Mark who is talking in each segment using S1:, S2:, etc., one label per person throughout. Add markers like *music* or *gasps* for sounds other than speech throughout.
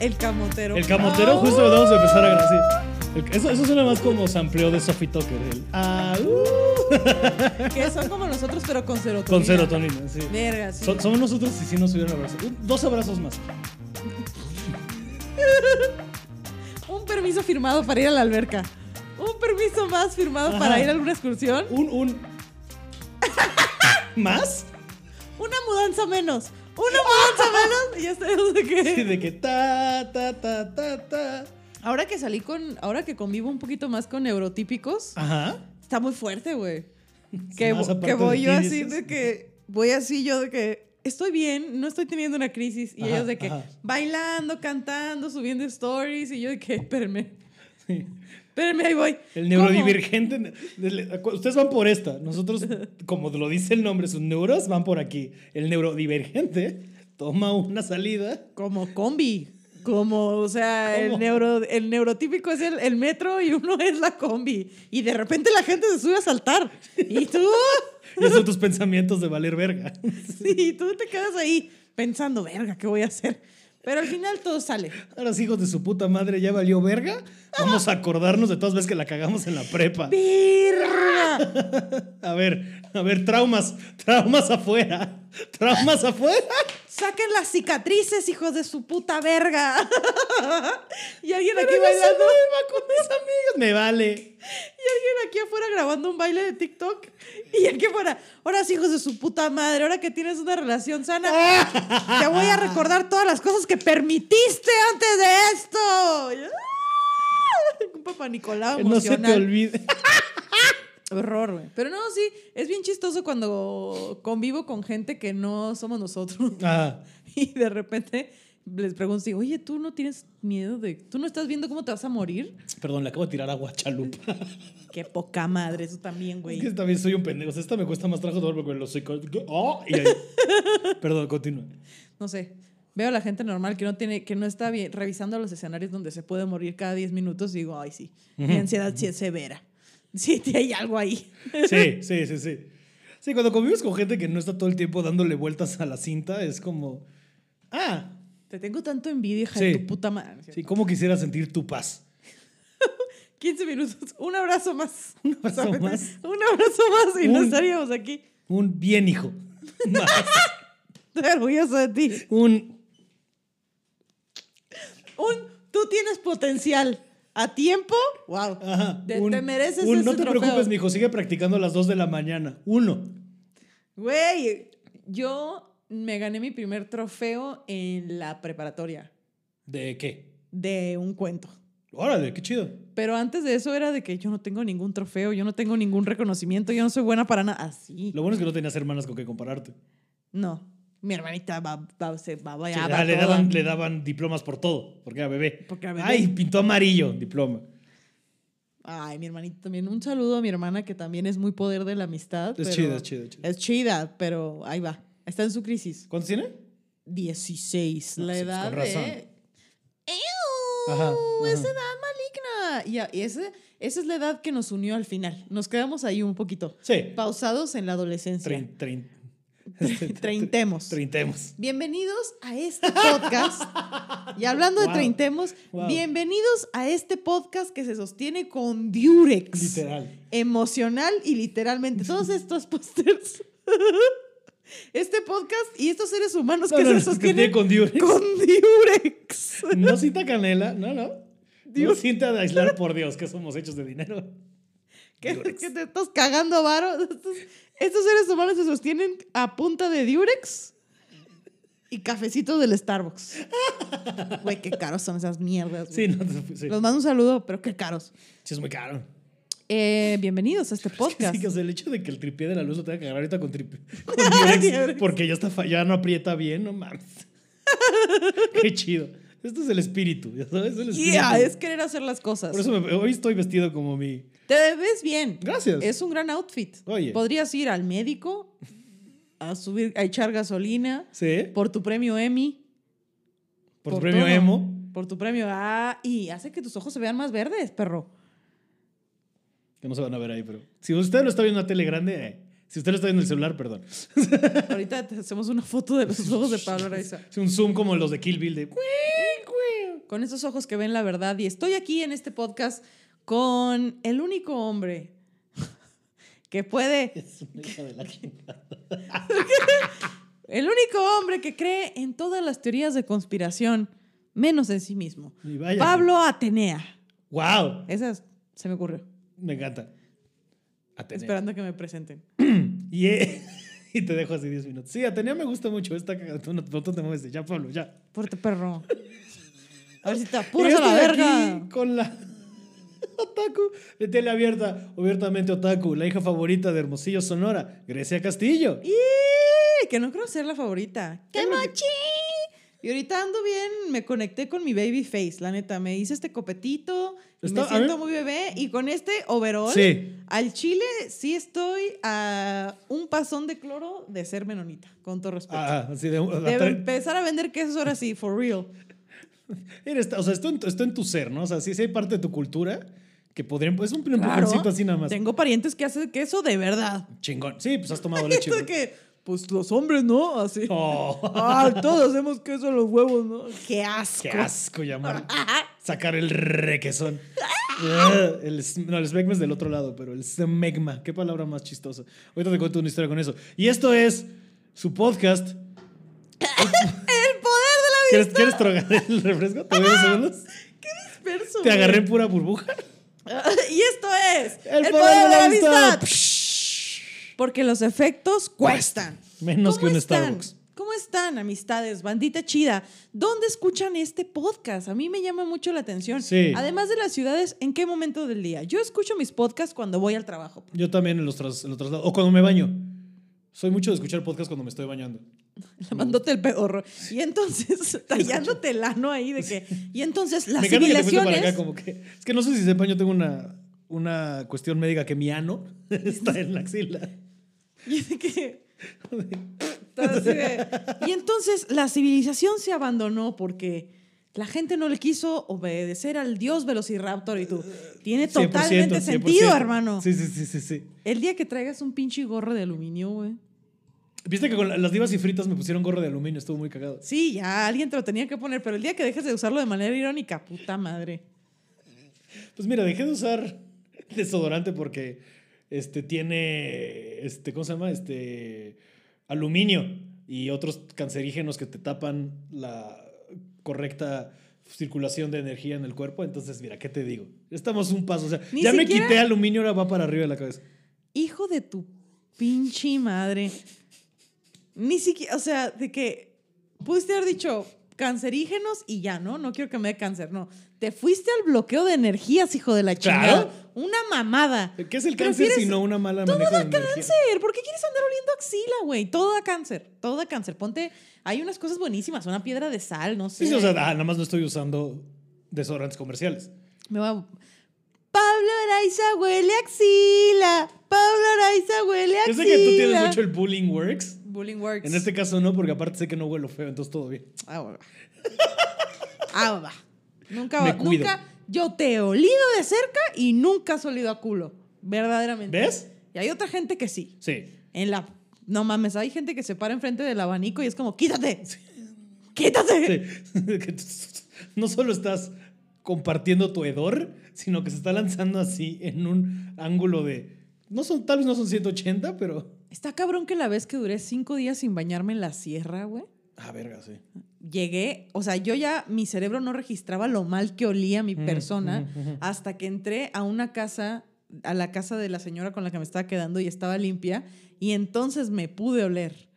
S1: El camotero.
S2: El camotero,
S1: Ah,
S2: justo lo vamos a empezar a grabar así. El- Eso, eso suena más como sampleo de Sophie Tucker. el ah, uh,
S1: Que son como nosotros, pero con serotonina.
S2: con serotonina, sí.
S1: Verga, sí.
S2: So- somos nosotros y si nos hubieran abrazado. Un- Dos abrazos más.
S1: Un permiso firmado para ir a la alberca. Un permiso más firmado
S2: Ajá.
S1: para ir a alguna excursión.
S2: Un,
S1: *laughs*
S2: un. ¿Más?
S1: Una mudanza menos. Una
S2: *laughs*
S1: mudanza menos. Y ya sabemos de qué.
S2: Sí, de que ta, ta, ta, ta, ta.
S1: Ahora que salí con. Ahora que convivo un poquito más con neurotípicos,
S2: Ajá.
S1: está muy fuerte, güey. Que,
S2: Más
S1: vo-
S2: aparte
S1: que voy
S2: de
S1: yo
S2: ti,
S1: así
S2: dices.
S1: de que. Voy así yo de que. Estoy bien, no estoy teniendo una crisis. Y
S2: Ajá,
S1: ellos de que
S2: ajá.
S1: bailando, cantando, subiendo stories. Y yo de que, espérenme,
S2: Sí.
S1: espérenme, ahí voy.
S2: El
S1: ¿Cómo?
S2: neurodivergente. de- Ustedes van por esta.
S1: *laughs*
S2: Nosotros, como lo dice el nombre, sus neuros van por aquí. El neurodivergente toma una salida.
S1: Como combi. Como, o sea, el,
S2: ¿Cómo?
S1: neuro, el neurotípico es el, el metro y uno es la combi. Y de repente la gente se sube a saltar. Y tú, *laughs*
S2: *laughs* Y esos son tus pensamientos de valer verga. *laughs*
S1: sí, y tú te quedas ahí pensando, verga, ¿qué voy a hacer? Pero al final todo sale.
S2: Ahora sí, hijos de su puta madre, ya valió verga. Vamos a acordarnos de todas las veces que la cagamos en la prepa.
S1: ¡Verga!
S2: A ver, a ver, traumas, traumas afuera. Traumas afuera.
S1: Saquen las cicatrices, hijos de su puta verga. *laughs* y alguien aquí
S2: *laughs* Pero ya se
S1: bailando.
S2: duerma con mis amigos. Me vale.
S1: Y alguien aquí afuera grabando un baile de TikTok. Y el que fuera, ahora sí, hijos de su puta madre, ahora que tienes una relación
S2: *laughs*
S1: sana, te voy a recordar todas las cosas que permitiste antes de esto. Y, ¡ah! Un papá Nicolau
S2: No se te
S1: emocional.
S2: olvide. *laughs*
S1: Horror, güey. Pero no, sí, es bien chistoso cuando convivo con gente que no somos nosotros. *laughs*
S2: Ah,
S1: Y de repente les pregunto, sí, oye, ¿tú no tienes miedo de... ¿Tú no estás viendo cómo te vas a morir?
S2: perdón, le acabo de tirar agua a *laughs* Chalupa.
S1: Qué poca madre, eso también,
S2: Es que
S1: güey.
S2: también soy un pendejo. O sea, esta me cuesta más trabajo tomar porque lo soy. ¡Oh! *laughs* Y ahí- Perdón, continúa.
S1: No sé. Veo a la gente normal que no tiene, que no está bien, revisando los escenarios donde se puede morir cada 10 minutos y digo, ay, sí, mi ansiedad sí es severa. *laughs* Sí, sí hay algo ahí.
S2: Sí, sí, sí, sí. Sí, cuando convives con gente que no está todo el tiempo dándole vueltas a la cinta, es como. Ah,
S1: Te tengo tanto envidia, hija de
S2: Sí.
S1: tu puta madre.
S2: sí, ¿cómo quisiera sentir tu paz?
S1: 15 minutos, un abrazo más.
S2: *laughs* Un abrazo
S1: ¿Sabes?
S2: más.
S1: Un abrazo más y no
S2: Un-
S1: estaríamos aquí.
S2: Un bien hijo. *laughs* Más.
S1: Estoy orgulloso de ti.
S2: Un.
S1: Un, tú tienes potencial. A tiempo, wow.
S2: Ajá,
S1: te,
S2: un-
S1: te mereces
S2: un,
S1: ese
S2: No te
S1: trofeo.
S2: preocupes, mijo, sigue practicando a las 2 de la mañana. Uno.
S1: Güey, yo me gané mi primer trofeo en la preparatoria
S2: ¿De qué?
S1: de un cuento.
S2: Órale, qué chido.
S1: Pero antes de eso era de que yo no tengo ningún trofeo, yo no tengo ningún reconocimiento, yo no soy buena para nada. Así.
S2: Lo bueno es que no tenías hermanas con que compararte.
S1: No. Mi hermanita va, va, se va, va,
S2: Sí,
S1: va
S2: ah, le,
S1: toda.
S2: daban, le daban diplomas por todo, porque era bebé.
S1: Porque era bebé.
S2: Ay, pintó amarillo, diploma.
S1: Ay, mi hermanita también. Un saludo a mi hermana que también es muy poder de la amistad.
S2: Es
S1: pero-
S2: chida, es chida, es chida.
S1: Es chida, pero ahí va. Está en su crisis.
S2: ¿Cuántos tiene?
S1: 16,
S2: Ah,
S1: la
S2: sí, pues,
S1: edad
S2: con razón.
S1: de...
S2: Ajá,
S1: ¡Ew! Esa
S2: ajá.
S1: edad maligna. Y a- Y ese- esa es la edad que nos unió al final. Nos quedamos ahí un poquito.
S2: Sí.
S1: Pausados en la adolescencia.
S2: Trein- trein- *laughs*
S1: Treintemos.
S2: Treintemos.
S1: Bienvenidos a este
S2: *laughs*
S1: podcast. y hablando de
S2: Wow.
S1: treintemos,
S2: Wow.
S1: bienvenidos a este podcast que se sostiene con Durex.
S2: Literal.
S1: Emocional y literalmente. Todos
S2: *laughs*
S1: estos pósters. *laughs* este podcast y estos seres humanos *laughs*
S2: No,
S1: que
S2: no, no,
S1: se
S2: es que
S1: sostienen
S2: tiene con Dios.
S1: con
S2: *laughs*
S1: Durex.
S2: No cinta canela, no, no. No
S1: Dios.
S2: cinta de aislar, por Dios, que somos hechos de dinero.
S1: Que,
S2: Durex.
S1: que te estás cagando varo. *laughs* Estos, estos seres humanos se sostienen a punta de Durex y cafecitos del
S2: *laughs*
S1: Starbucks. Güey, qué caros son esas mierdas. güey.
S2: Sí, no, te- sí.
S1: Los mando un saludo, pero qué caros.
S2: Sí, es muy caro.
S1: Eh, bienvenidos a
S2: *laughs*
S1: este podcast.
S2: Sí, que o sea, el hecho de que el tripié de la luz lo tenga que agarrar ahorita con
S1: *laughs*
S2: tripié. con Durex,
S1: Durex.
S2: porque ya está fa- ya no aprieta bien,
S1: *laughs*
S2: no mames. Qué chido. Esto es el espíritu, ya sabes, el espíritu.
S1: Yeah, es querer hacer las cosas.
S2: Por eso me- hoy estoy vestido como mi.
S1: Te ves bien.
S2: Gracias.
S1: Es un gran outfit.
S2: Oye.
S1: Podrías ir al médico a subir, a echar gasolina
S2: Sí. Por,
S1: por tu premio Emmy.
S2: tu premio
S1: todo.
S2: Emo.
S1: Por tu premio. Ah, y hace que tus ojos se vean más verdes, perro.
S2: Que no se van a ver ahí, pero. Si usted lo está viendo en una tele grande, eh. si usted lo está viendo en el celular, perdón.
S1: Ahorita te hacemos una foto de los ojos de Pablo Araiza.
S2: Es un zoom como los de Kill Bill de.
S1: con esos ojos que ven la verdad. Y estoy aquí en este podcast con el único hombre que puede,
S2: Es una hija de la chingada.
S1: el único hombre que cree en todas las teorías de conspiración, menos en sí mismo.
S2: Y vaya.
S1: Pablo Atenea.
S2: ¡Wow!
S1: Esa se me ocurrió.
S2: Me encanta. Atenea.
S1: Esperando que me presenten.
S2: Y, eh, *laughs* y te dejo así 10 minutos. Sí, Atenea me gusta mucho. Esta cagada. Tú no, no te mueves. de- Ya, Pablo, ya.
S1: Fuerte perro. A ver si te
S2: Yo
S1: apuras a la
S2: estoy
S1: verga.
S2: aquí Con la *laughs* otaku de tele abierta, abiertamente otaku, la hija favorita de Hermosillo Sonora, Grecia Castillo.
S1: ¡Y! Que no creo ser la favorita. ¡Qué
S2: Claro que-
S1: mochi! Y ahorita ando bien, me conecté con mi baby face, la neta. Me hice este copetito, y
S2: Está-
S1: me
S2: a
S1: siento
S2: ver.
S1: muy bebé. Y con este overall,
S2: Sí.
S1: al chile sí estoy a un pasón de cloro de ser menonita, con todo respeto.
S2: Ah, así de,
S1: Debo empezar a vender quesos ahora sí, for real.
S2: eres- o sea, esto en, tu- esto en tu ser, ¿no? O sea, sí, sí hay parte de tu cultura que podrían, pues *laughs* un
S1: Claro.
S2: empujoncito así nada más.
S1: Tengo parientes que hacen queso de
S2: *laughs*
S1: verdad.
S2: Chingón. Sí, pues
S1: *laughs*
S2: has tomado leche.
S1: Esto de
S2: güey.
S1: que, pues los hombres, ¿no?
S2: *laughs*
S1: Así.
S2: Oh,
S1: Ah, todos hacemos queso en los huevos, ¿no? ¡Qué asco!
S2: qué asco
S1: *laughs*
S2: llamar. Sacar el requesón. Ah, el, sm- no, el smegma es del otro lado, pero el smegma. Qué palabra más chistosa. Ahorita te cuento una historia con eso. Y esto es su podcast.
S1: ¡El poder de la
S2: ¿Quieres, ¿Quieres trogar el refresco? ¿Te doy unos segundos?
S1: Perso,
S2: Te
S1: güey.
S2: agarré en pura burbuja.
S1: *laughs* y esto es el, poder de la amistad.
S2: Psh.
S1: Porque los efectos cuestan.
S2: Menos que
S1: ¿Cómo
S2: un
S1: están?
S2: Starbucks.
S1: ¿Cómo están, amistades, bandita chida? ¿Dónde escuchan este podcast? A mí me llama mucho la atención.
S2: Sí.
S1: Además de las ciudades, ¿en qué momento del día? Yo escucho mis podcasts cuando voy al trabajo. *laughs*
S2: Yo también en los, tras, en los traslados. O cuando me baño. Soy mucho de escuchar podcast cuando me estoy bañando.
S1: Lavándote el pedorro. Y entonces, *laughs* tallándote el ano ahí de que... Y entonces, las
S2: me encanta que te fuiste para acá
S1: civilizaciones...
S2: como que... Es que no sé si sepan, yo tengo una, una cuestión médica que mi ano *laughs* está en la axila.
S1: *laughs* Y de que- Entonces, eh, y entonces la civilización se abandonó porque la gente no le quiso obedecer al dios Velociraptor y tú. Tiene
S2: 100%,
S1: totalmente
S2: 100%.
S1: sentido, hermano.
S2: Sí, sí, sí, sí, sí.
S1: El día que traigas un pinche gorro de aluminio, güey.
S2: Viste que con la- las divas y fritas me pusieron gorro de aluminio, estuvo muy cagado.
S1: Sí, ya alguien te lo tenía que poner, pero el día que dejes de usarlo de manera irónica, puta madre.
S2: Pues mira, dejé de usar *laughs* desodorante porque este tiene este ¿cómo se llama? Este aluminio y otros cancerígenos que te tapan la correcta circulación de energía en el cuerpo, entonces mira, ¿qué te digo? Estamos un paso, o sea,
S1: Ni
S2: ya me
S1: siquiera-
S2: quité aluminio, ahora va para arriba de la cabeza.
S1: Hijo de tu pinche madre. Ni siquiera, o sea, de que pudiste haber dicho cancerígenos y ya, ¿no? No quiero que me dé cáncer, no. Te fuiste al bloqueo de energías, hijo de la chingada.
S2: Claro.
S1: Una mamada.
S2: ¿Qué es el cáncer
S1: Prefieres-
S2: si no una mala manejo de energía?
S1: Cáncer, ¿por qué quieres andar oliendo axila, güey? Todo da cáncer, todo da cáncer. Ponte, hay unas cosas buenísimas, una piedra de sal, no sé.
S2: Sí, sí, o sea, ah, nada más no estoy usando desodorantes comerciales.
S1: Me va. Pablo Araiza huele a axila. Pablo Araiza huele a
S2: Yo sé
S1: axila.
S2: que tú tienes mucho el bullying works.
S1: Bullying Ah, works.
S2: En este caso no, porque aparte sé que no huelo feo, entonces todo bien.
S1: Ah, va. Ah, va. Nunca,
S2: Me
S1: va-
S2: cuido.
S1: nunca. Yo te he olido de cerca y nunca has olido a culo. Verdaderamente.
S2: ¿Ves?
S1: Y hay otra gente que sí.
S2: Sí.
S1: En la. No mames, hay gente que se para enfrente del abanico y es como, quítate. Quítate.
S2: Sí. *laughs* Que tú- no solo estás compartiendo tu hedor, sino que se está lanzando así en un ángulo de. No son, tal vez no son 180, pero.
S1: Está cabrón que la vez que duré cinco días sin bañarme en la sierra, güey.
S2: Ah, verga, sí.
S1: llegué, o sea, yo ya mi cerebro no registraba lo mal que olía mi
S2: Mm,
S1: persona
S2: mm, ujú.
S1: hasta que entré a una casa, a la casa de la señora con la que me estaba quedando y estaba limpia y entonces me pude oler.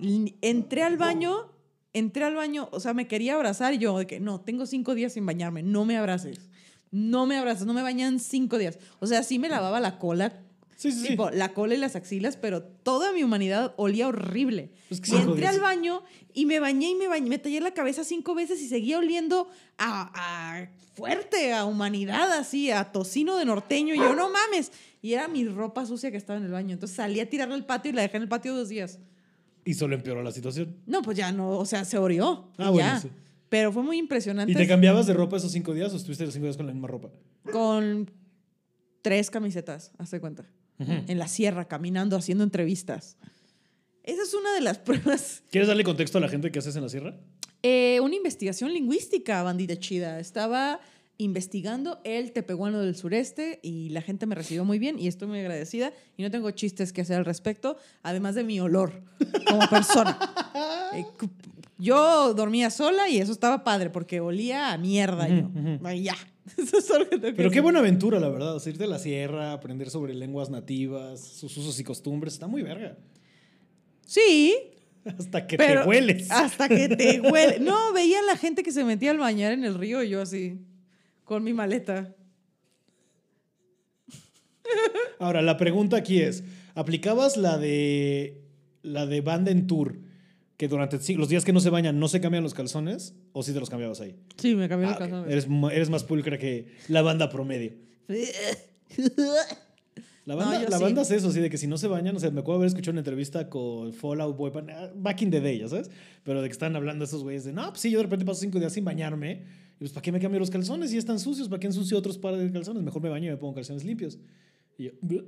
S1: L- Entré al baño, entré al baño, o sea, me quería abrazar y yo de que no, tengo cinco días sin bañarme, no me abraces. No me abraces, no me bañan cinco días. O sea, sí me lavaba la cola
S2: Sí, sí, sí.
S1: Tipo, la cola y las axilas, pero toda mi humanidad olía horrible.
S2: Pues
S1: y
S2: que cinco
S1: entré
S2: días.
S1: al baño y me bañé y me bañé, me tallé la cabeza cinco veces y seguía oliendo a, a fuerte, a humanidad, así, a tocino de norteño. Y yo, no mames. Y era mi ropa sucia que estaba en el baño. Entonces salí a tirarla al patio y la dejé en el patio dos días.
S2: Y solo empeoró la situación.
S1: No, pues ya no, o sea, se orió.
S2: Ah,
S1: y
S2: bueno,
S1: ya.
S2: sí.
S1: Pero fue muy impresionante.
S2: ¿Y te cambiabas de ropa esos cinco días o estuviste los cinco días con la misma ropa?
S1: con tres camisetas, hazte cuenta. En la sierra, caminando, haciendo entrevistas. Esa es una de las *laughs* pruebas.
S2: ¿Quieres darle contexto a la gente que haces en la sierra?
S1: Eh, una investigación lingüística, bandita chida. Estaba investigando el tepehuano del sureste y la gente me recibió muy bien y estoy muy agradecida y no tengo chistes que hacer al respecto, además de mi olor como
S2: *laughs*
S1: persona. Eh, cu- yo dormía sola y eso estaba padre porque olía a mierda yo.
S2: Ujú, ujú.
S1: Ay, ya. *laughs* Eso es todo lo que tengo que
S2: Pero qué
S1: decir.
S2: buena aventura, la verdad. O sea, ir de la sierra, aprender sobre lenguas nativas, sus usos y costumbres. Está muy verga. *laughs*
S1: Sí,
S2: Hasta que
S1: Pero ah,
S2: te hueles.
S1: Hasta que te
S2: *laughs*
S1: huele. No, veía a la gente que se metía al bañar en el río y yo así, con mi maleta.
S2: Ahora, la pregunta aquí es: ¿aplicabas la de la de banda en tour? Que durante sí, los días que no se bañan no se cambian los calzones, o si te los cambiabas ahí.
S1: Sí, me cambié
S2: Ah,
S1: los
S2: ok.
S1: calzones.
S2: eres, ma- eres más pulcra que la banda promedio. La
S1: No,
S2: banda,
S1: yo
S2: la
S1: sí.
S2: banda hace eso, así de que si no se bañan, o sea, me acuerdo haber escuchado una entrevista con Fallout Boy, pan- ah, back in the day, ya sabes, pero de que están hablando esos güeyes de, no, pues sí, yo de repente paso cinco días sin bañarme, y pues, ¿para qué me cambio los calzones? Si están sucios, ¿para qué ensucio otros pares de calzones? Mejor me baño y me pongo calzones limpios. Y yo,
S1: *laughs*
S2: "Buh".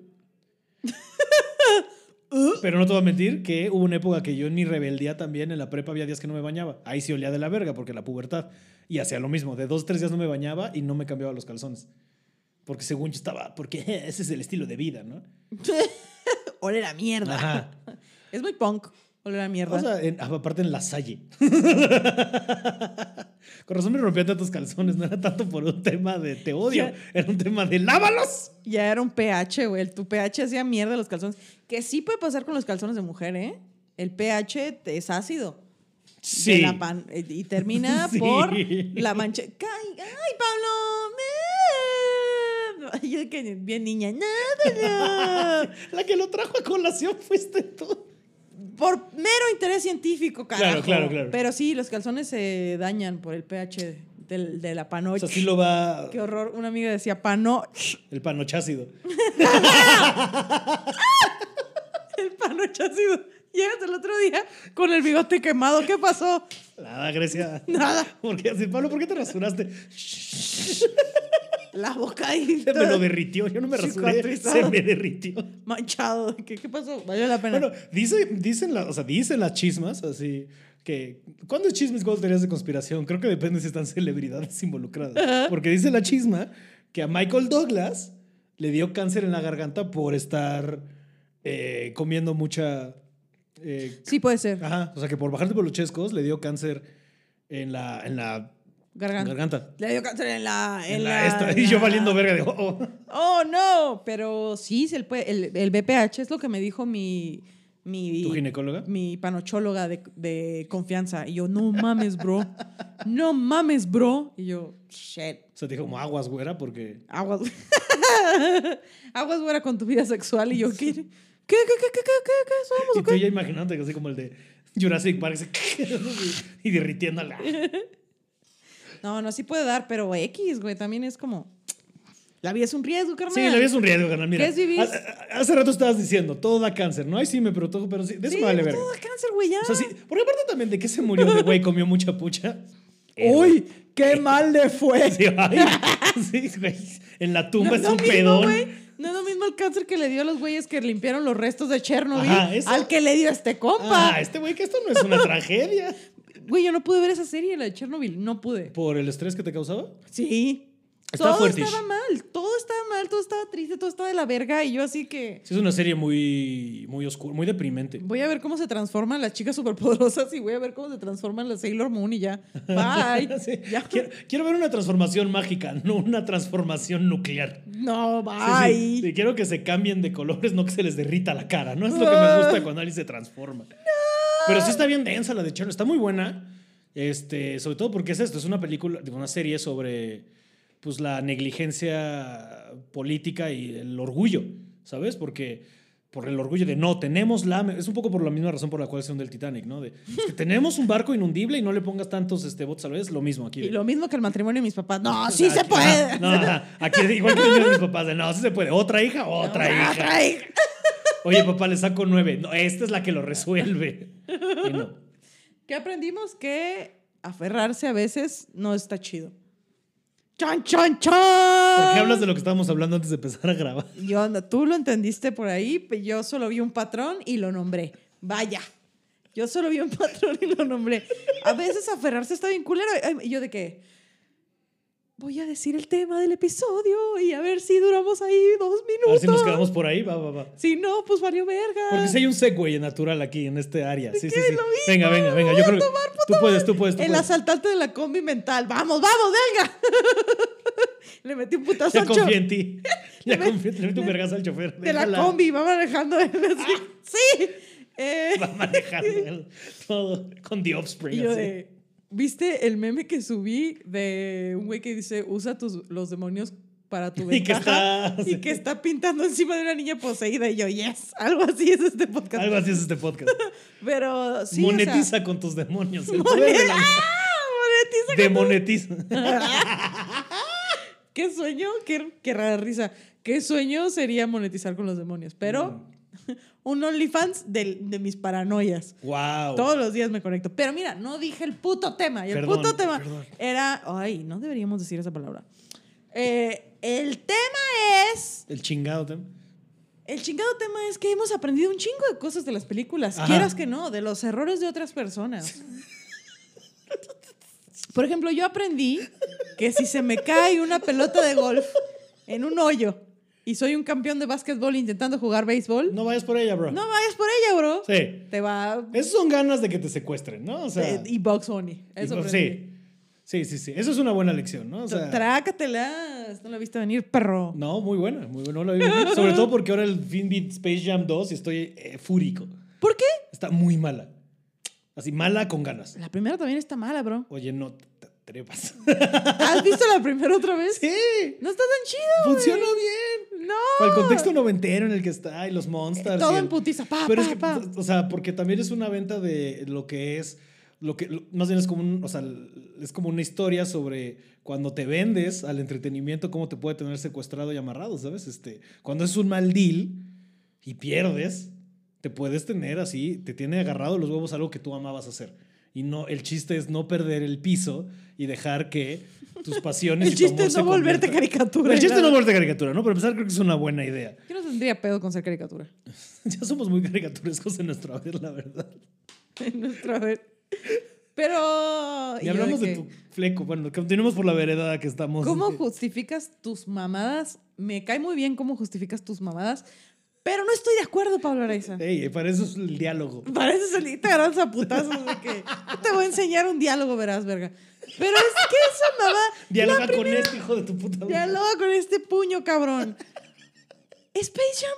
S2: pero no te voy a mentir que hubo una época que yo en mi rebeldía también, en la prepa había días que no me bañaba, ahí sí olía de la verga, porque la pubertad, y hacía lo mismo, de dos, tres días no me bañaba y no me cambiaba los calzones. Porque según yo estaba, porque *laughs* ese es el estilo de vida, ¿no?
S1: *laughs* Oler a mierda. *laughs*
S2: Ajá.
S1: Es muy punk. Oler a mierda.
S2: O sea, en- aparte en
S1: *laughs*
S2: la salle. Con razón me rompía tantos calzones. No era tanto por un tema de te odio,
S1: Ya.
S2: era un tema de lávalos.
S1: ya era un pH, güey. Tu pH hacía mierda los calzones. Que sí puede pasar con los calzones de mujer, ¿eh? El pH es ácido. de la pan- eh, y termina
S2: *laughs* Sí.
S1: por la mancha. ¡Ay, ay, Pablo! me- *laughs* Yo que bien niña, nada.
S2: *laughs* La que lo trajo a colación fuiste tú.
S1: no. Por mero interés científico,
S2: Claro,
S1: carajo.
S2: claro, claro.
S1: Pero sí, los calzones se dañan por el pH del- de la
S2: O
S1: panocha.
S2: sea, sí lo va
S1: Qué horror. Una amiga decía panoch.
S2: el panochácido.
S1: *laughs* El panocha ha sido. Llegas el otro día con el bigote quemado. ¿Qué pasó?
S2: Nada, Grecia.
S1: *laughs* Nada.
S2: ¿Por qué así? Pablo, ¿por qué
S1: *laughs*
S2: te rasuraste?
S1: La boca ahí.
S2: Se *laughs* me
S1: toda
S2: lo derritió. Yo no me rasuré.
S1: Cicatrizado.
S2: Se me derritió.
S1: Manchado. ¿Qué, qué pasó? Valió la pena.
S2: Bueno, dice, dicen, la- o sea, dicen las chismas, así que. ¿Cuándo es chismes, cuándo teorías de conspiración? Creo que depende si están celebridades involucradas. Porque dice la chisma que a Michael Douglas le dio cáncer en la garganta por estar eh, comiendo mucha. eh,
S1: sí, puede ser.
S2: ajá, o sea, que por bajarte por los chescos le dio cáncer en la, en la
S1: Garganta.
S2: garganta.
S1: Le dio cáncer en la. En,
S2: En la
S1: la,
S2: esta,
S1: en
S2: *laughs* y yo
S1: la-
S2: valiendo verga de. "Oh, oh".
S1: Oh, no. Pero sí, se le puede- el, el BPH es lo que me dijo mi. mi
S2: ¿Tu ginecóloga?
S1: Mi panochóloga de, de confianza. Y yo, no mames, bro. No mames, bro. Y yo, shit.
S2: O sea, te dijo como aguas, güera, porque.
S1: Aguas. *laughs* Aguas güera con tu vida sexual. Y yo, ¿qué? ¿Qué, qué, qué, qué, qué, qué, qué somos?
S2: Y
S1: o
S2: tú
S1: qué?
S2: ya imaginándote que así como el de Jurassic Park así, *laughs* y derritiéndola.
S1: No, no, sí puede dar, pero X, güey, también es como. La vida es un riesgo, carnal.
S2: Sí, la vida es un riesgo, carnal. Mira,
S1: ¿Qué es vivir?
S2: ha- ha- hace rato estabas diciendo, todo da cáncer, ¿no? Ay, sí, me protejo, pero sí. De eso
S1: Sí,
S2: me vale verga.
S1: todo da cáncer, güey, ya.
S2: O sea, sí, porque aparte también de que se murió de güey, comió mucha pucha. *laughs*
S1: ¡Uy! ¡Qué mal le fue!
S2: eh, Sí,
S1: *laughs*
S2: ay, sí, güey. En la tumba
S1: No
S2: es
S1: es lo
S2: un
S1: mismo,
S2: pedón.
S1: güey. No es lo mismo el cáncer que le dio a los güeyes que limpiaron los restos de Chernobyl
S2: Ajá, eso-
S1: al que le dio a este
S2: Ah,
S1: compa.
S2: este güey, que esto no es una tragedia.
S1: Güey, yo no pude ver esa serie, la de Chernobyl. No pude.
S2: ¿Por el estrés que te causaba?
S1: Sí.
S2: Está
S1: todo
S2: fuertish.
S1: estaba mal, todo estaba mal, todo estaba triste, todo estaba de la verga. Y yo así que
S2: Sí, es una serie muy, muy oscura, muy deprimente.
S1: voy a ver cómo se transforman las chicas superpoderosas y voy a ver cómo se transforman las Sailor Moon y ya. Bye.
S2: *laughs* *laughs* Sí,
S1: Ya.
S2: Quiero, quiero ver una transformación mágica, no una transformación nuclear.
S1: No,
S2: Sí,
S1: bye.
S2: sí, sí, quiero que se cambien de colores, no que se les derrita la cara. No es lo que me gusta
S1: Ah.
S2: cuando alguien se transforma. Pero sí está bien densa la de Chernobyl. Está muy buena. Este, sobre todo porque es esto. Es una película, digo, una serie sobre pues, la negligencia política y el orgullo, ¿sabes? Porque por el orgullo de no, tenemos la... me-". Es un poco por la misma razón por la cual se hunde el Titanic, ¿no? De "Es que tenemos un barco inundible y no le pongas tantos este, botes a la vez. Lo mismo aquí.
S1: Y
S2: de-
S1: lo mismo que el matrimonio de mis papás. No, sí se *laughs*
S2: Aquí-
S1: puede.
S2: No, ajá. aquí igual que tenían mis papás de no, sí se puede. Otra hija, otra hija.
S1: Otra hija.
S2: Oye, papá, le saco nueve. No, esta es la que lo resuelve. Y no.
S1: ¿Qué aprendimos? Que aferrarse a veces no está chido. ¡Chan, chan, chan!
S2: ¿Por qué hablas de lo que estábamos hablando antes de empezar a grabar?
S1: Yo, no- tú lo entendiste por ahí, pe- yo solo vi un patrón y lo nombré. Vaya. Yo solo vi un *laughs* patrón y lo nombré. A veces aferrarse está bien culero. Ay, ¿Y yo de qué? Voy a decir el tema del episodio y a ver si duramos ahí dos
S2: A ver si nos
S1: minutos.
S2: quedamos por ahí, va, va, va.
S1: Si no, pues valió verga.
S2: Porque si hay un segue natural aquí en este área. Sí, sí,
S1: qué?
S2: sí.
S1: Lo vi,
S2: Venga,
S1: güey,
S2: venga,
S1: lo
S2: venga.
S1: voy
S2: Yo
S1: a
S2: creo que
S1: tomar,
S2: tú puedes, tú puedes, tú
S1: el
S2: puedes.
S1: asaltante de la combi mental. ¡Vamos, vamos, venga! *laughs* Le metí un putazo
S2: Ya
S1: al cho-
S2: confié
S1: *laughs*
S2: en ti. Ya
S1: Me-
S2: confié, le metí un vergazo al chofer.
S1: de la
S2: Déjala. *laughs*
S1: combi. Va manejando él así. ¡Sí! Eh,
S2: Ah. Va
S1: *laughs*
S2: manejando él todo con The Offspring.
S1: Y yo
S2: así.
S1: de, ¿viste el meme que subí de un güey que dice, usa tus, los demonios para tu
S2: *laughs* Y que
S1: ventaja? *laughs*
S2: está-
S1: Y que está pintando encima de una niña poseída. Y yo, yes, algo así es este podcast.
S2: Algo así es este podcast.
S1: Pero sí, o sea,
S2: monetiza con
S1: *laughs*
S2: tus demonios. *laughs* El
S1: Monet-
S2: poder de la-
S1: ¡Ah! Monetiza.
S2: *laughs* Demonetiza.
S1: ¿Qué sueño? Qué, qué rara risa. ¿Qué sueño sería monetizar con los demonios? Pero
S2: Mm.
S1: *laughs* un OnlyFans del- de, mis paranoias.
S2: wow.
S1: Todos los días me conecto. Pero mira, no dije el puto tema. Y el
S2: Perdón,
S1: puto tema
S2: perdón.
S1: era. Ay, no deberíamos decir esa palabra. Eh, el tema es.
S2: El chingado tema.
S1: El chingado tema es que hemos aprendido un chingo de cosas de las películas.
S2: Ajá.
S1: Quieras que no, de los errores de otras personas. Por ejemplo, yo aprendí que si se me cae una pelota de golf en un hoyo y soy un campeón de básquetbol intentando jugar béisbol, no,
S2: No vayas por ella, bro.
S1: vayas por ella, bro.
S2: Sí.
S1: Te va.
S2: Esas son ganas de que te secuestren, ¿no? O sea.
S1: te- Eh, y Box Bunny. Eso
S2: y- pues
S1: aprendí.
S2: sí. Sí, sí, sí. Eso es una buena lección, ¿no? O sea,
S1: Trácatelas, no la viste venir, perro.
S2: no, muy buena, muy buena. no la vi
S1: *laughs*
S2: venir. Sobre todo porque ahora el film vi Space Jam 2 y estoy eh, fúrico.
S1: ¿Por qué?
S2: Está muy mala. Así, mala con ganas.
S1: La primera también está mala, bro.
S2: Oye, no te te atrevas. *laughs*
S1: ¿Has visto la primera otra vez?
S2: sí,
S1: No está tan chido. güey.
S2: funciona bien.
S1: No.
S2: Para el contexto noventero en el que está y los monsters.
S1: Eh, Todo
S2: y
S1: en
S2: el-
S1: putiza. Pa,
S2: Pero
S1: Ah, pa,
S2: es que, pues,
S1: pa.
S2: o sea, porque también es una venta de lo que es, lo que, lo- más bien es como, un, o sea, es como una historia sobre cuando te vendes al entretenimiento, cómo te puede tener secuestrado y amarrado, ¿sabes? Este, cuando es un mal deal y pierdes, te puedes tener así, te tiene agarrado los huevos algo que tú amabas hacer. Y no, el chiste es no perder el piso y dejar que tus pasiones...
S1: *laughs* El
S2: y tu
S1: chiste
S2: amor
S1: es
S2: se
S1: no volverte
S2: conviertan-
S1: caricatura.
S2: El chiste es no
S1: nada.
S2: volverte caricatura, ¿no? Pero empezar creo que es una buena idea. *laughs*
S1: Yo no tendría pedo con ser caricatura. *laughs*
S2: Ya somos muy caricaturescos en nuestro haber, la verdad.
S1: En nuestra vez. *laughs* Pero.
S2: Y
S1: yo
S2: hablamos de,
S1: que,
S2: tu fleco. Bueno, continuemos por la vereda que estamos. *laughs*
S1: ¿Cómo
S2: este,
S1: justificas tus mamadas? Me cae muy bien cómo justificas tus mamadas, pero no estoy de acuerdo, Pablo Araiza.
S2: Ey, para eso es el diálogo.
S1: Parece salir te agarras a putazos de que "Yo te voy a enseñar un diálogo, verás, verga. Pero es que esa mamá
S2: Dialoga con este hijo de tu puta madre.
S1: dialoga con este puño, cabrón. Space Jam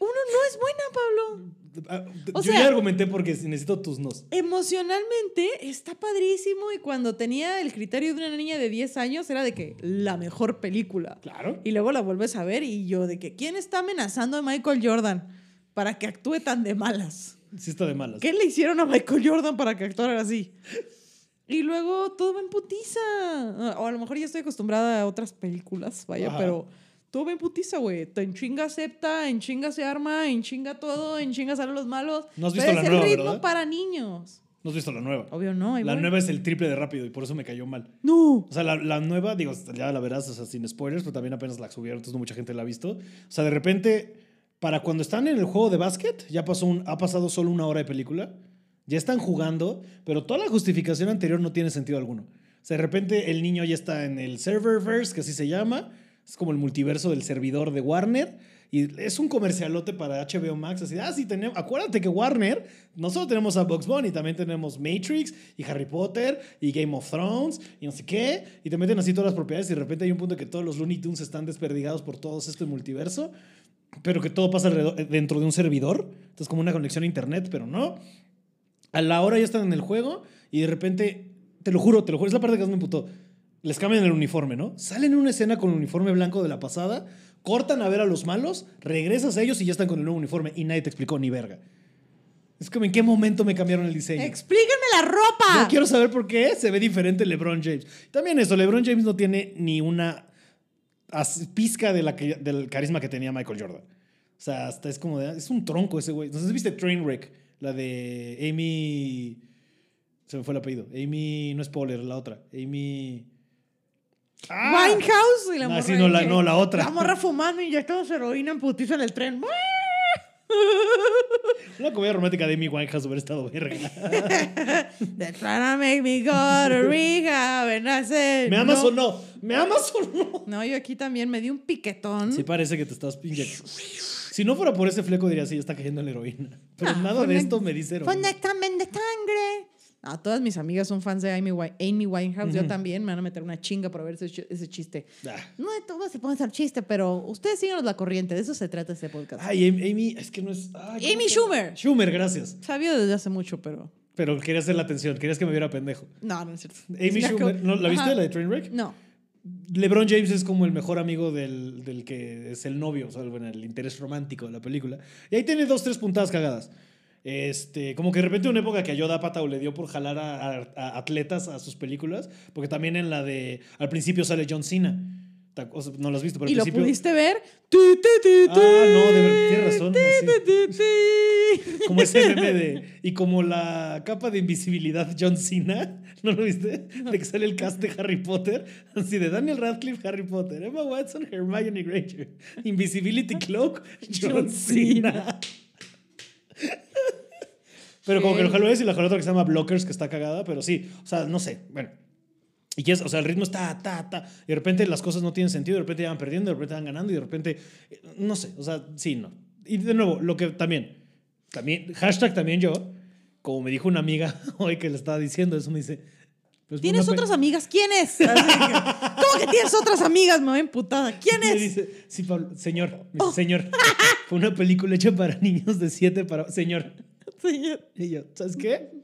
S1: uno no es buena, Pablo.
S2: Ah,
S1: O
S2: Yo
S1: sea-
S2: ya argumenté porque necesito tus nos.
S1: Emocionalmente está padrísimo y cuando tenía el criterio de una niña de 10 años era de que la mejor película.
S2: Claro.
S1: Y luego la vuelves a ver y yo de que ¿quién está amenazando a Michael Jordan para que actúe tan de malas?
S2: Sí está de malas.
S1: ¿Qué le hicieron a Michael Jordan para que actuara así? Y luego todo va en putiza. Ah, O a lo mejor ya estoy acostumbrada a otras películas, vaya,
S2: Ajá.
S1: pero todo va en putiza, güey. Te En chinga acepta, en chinga se arma, en chinga todo, en chinga salen los malos.
S2: No has
S1: Pero
S2: visto la
S1: es el
S2: nueva,
S1: ritmo
S2: ¿verdad?
S1: para niños.
S2: No has visto la nueva.
S1: Obvio no. ahí
S2: La
S1: voy.
S2: nueva es el triple de rápido y por eso me cayó mal.
S1: No.
S2: O sea, la, la nueva, digo, ya la verás, o sea, sin spoilers, pero también apenas la subieron, entonces no mucha gente la ha visto. O sea, de repente, para cuando están en el juego de básquet, ya pasó un, ha pasado solo una hora de película, ya están jugando, pero toda la justificación anterior no tiene sentido alguno. O sea, de repente el niño ya está en el serververse, que así se llama, es como el multiverso del servidor de Warner. Y es un comercialote para HBO Max. Así, de, ah, sí, tenemos. Acuérdate que Warner, no solo tenemos a Bugs Bunny, también tenemos Matrix y Harry Potter y Game of Thrones y no sé qué. Y te meten así todas las propiedades y de repente hay un punto que todos los Looney Tunes están desperdigados por todo este multiverso, pero que todo pasa alrededor- dentro de un servidor. Entonces, como una conexión a internet, pero no. A la hora ya están en el juego y de repente, te lo juro, te lo juro, es la parte que más me emputó. Les cambian el uniforme, ¿no? Salen en una escena con el uniforme blanco de la pasada, cortan a ver a los malos, regresas a ellos y ya están con el nuevo uniforme y nadie te explicó ni verga. Es como en qué momento me cambiaron el diseño.
S1: Explíquenme la ropa.
S2: Yo quiero saber por qué se ve diferente LeBron James. También eso, LeBron James no tiene ni una as- pizca de la que- del carisma que tenía Michael Jordan. O sea, hasta es como de, es un tronco ese güey. Entonces, ¿viste Trainwreck? La de Amy... Se me fue el apellido. Amy, no spoiler, la otra. Amy... ¡Ah!
S1: Winehouse y la
S2: No,
S1: morra.
S2: sí, no, la-
S1: que-
S2: no, la otra.
S1: La morra fumando, inyectándose heroína en putiza en el tren.
S2: Una comedia romántica de Amy Winehouse hubiera
S1: *laughs*
S2: estado verga.
S1: They're trying to make me go to rehab and I said
S2: ¿Me amas
S1: no.
S2: o no? ¿Me amas o no?
S1: No, yo aquí también me di un piquetón.
S2: Sí parece que te estás inyectando. Si no fuera por ese fleco diría, sí, ya está cayendo en la
S1: *laughs*
S2: heroína. Pero
S1: Ah,
S2: nada
S1: fue
S2: de
S1: una-
S2: esto me dice
S1: Fue un
S2: heroína.
S1: examen de sangre. Ah, todas mis amigas son fans de Amy, Wi- Amy Winehouse. Yo
S2: Ujú.
S1: también me van a meter una chinga por ver ese, chi- ese chiste.
S2: Ah.
S1: No de todo se puede hacer chiste, pero ustedes síganos la corriente. De eso se trata este podcast.
S2: Ay, Amy, Amy, es que no es...
S1: Amy
S2: ay, ¿cómo se llama?
S1: Schumer.
S2: Schumer, gracias.
S1: Sabio desde hace mucho, pero.
S2: Pero quería hacer la atención, querías que me viera pendejo.
S1: No, no es cierto.
S2: Amy
S1: Es
S2: Schumer, ¿no? ¿la viste
S1: Ajá.
S2: la de Trainwreck?
S1: No.
S2: LeBron James es como el mejor amigo del, del que es el novio, o sea, bueno, el interés romántico de la película. Y ahí tiene dos, tres puntadas cagadas. Este, como que de repente una época que a Yoda Patao le dio por jalar a, a- a atletas a sus películas, porque también en la de al principio sale John Cena. Ta- o sea, no lo has visto, pero
S1: ¿Y
S2: al
S1: lo
S2: principio.
S1: pudiste ver? Tu, tu, tu, tu,
S2: Ah, no, de ver- tienes razón,
S1: tu,
S2: así.
S1: tu, tu, tu.
S2: Como ese meme de. Y como la capa de invisibilidad John Cena, *laughs* ¿no lo viste? De que sale el cast de Harry Potter. Así de Daniel Radcliffe, Harry Potter. Emma Watson, Hermione Granger. Invisibility Cloak, John
S1: John Cena.
S2: Cena. *laughs* Pero como que lo jalo es y la jalo otra que se llama Blockers, que está cagada, pero sí. O sea, no sé. Bueno. Y que es, o sea, el ritmo está, ta, ta. Y de repente las cosas no tienen sentido, de repente ya van perdiendo, de repente van ganando y de repente, eh, no sé, o sea, sí, no. Y de nuevo, lo que también, también, hashtag también yo, como me dijo una amiga *laughs* hoy que le estaba diciendo eso, me dice... pues,
S1: ¿Tienes
S2: una pe-
S1: otras amigas?
S2: *laughs*
S1: ¿Quiénes? Así que, ¿Cómo que tienes otras amigas? Me voy emputada. *laughs*
S2: Me
S1: ¿Quiénes?
S2: dice, sí, Pablo, señor, me
S1: Oh.
S2: dice, señor,
S1: *laughs*
S2: fue una película hecha para niños de 7 para... Señor.
S1: Señor.
S2: Y yo, ¿sabes qué?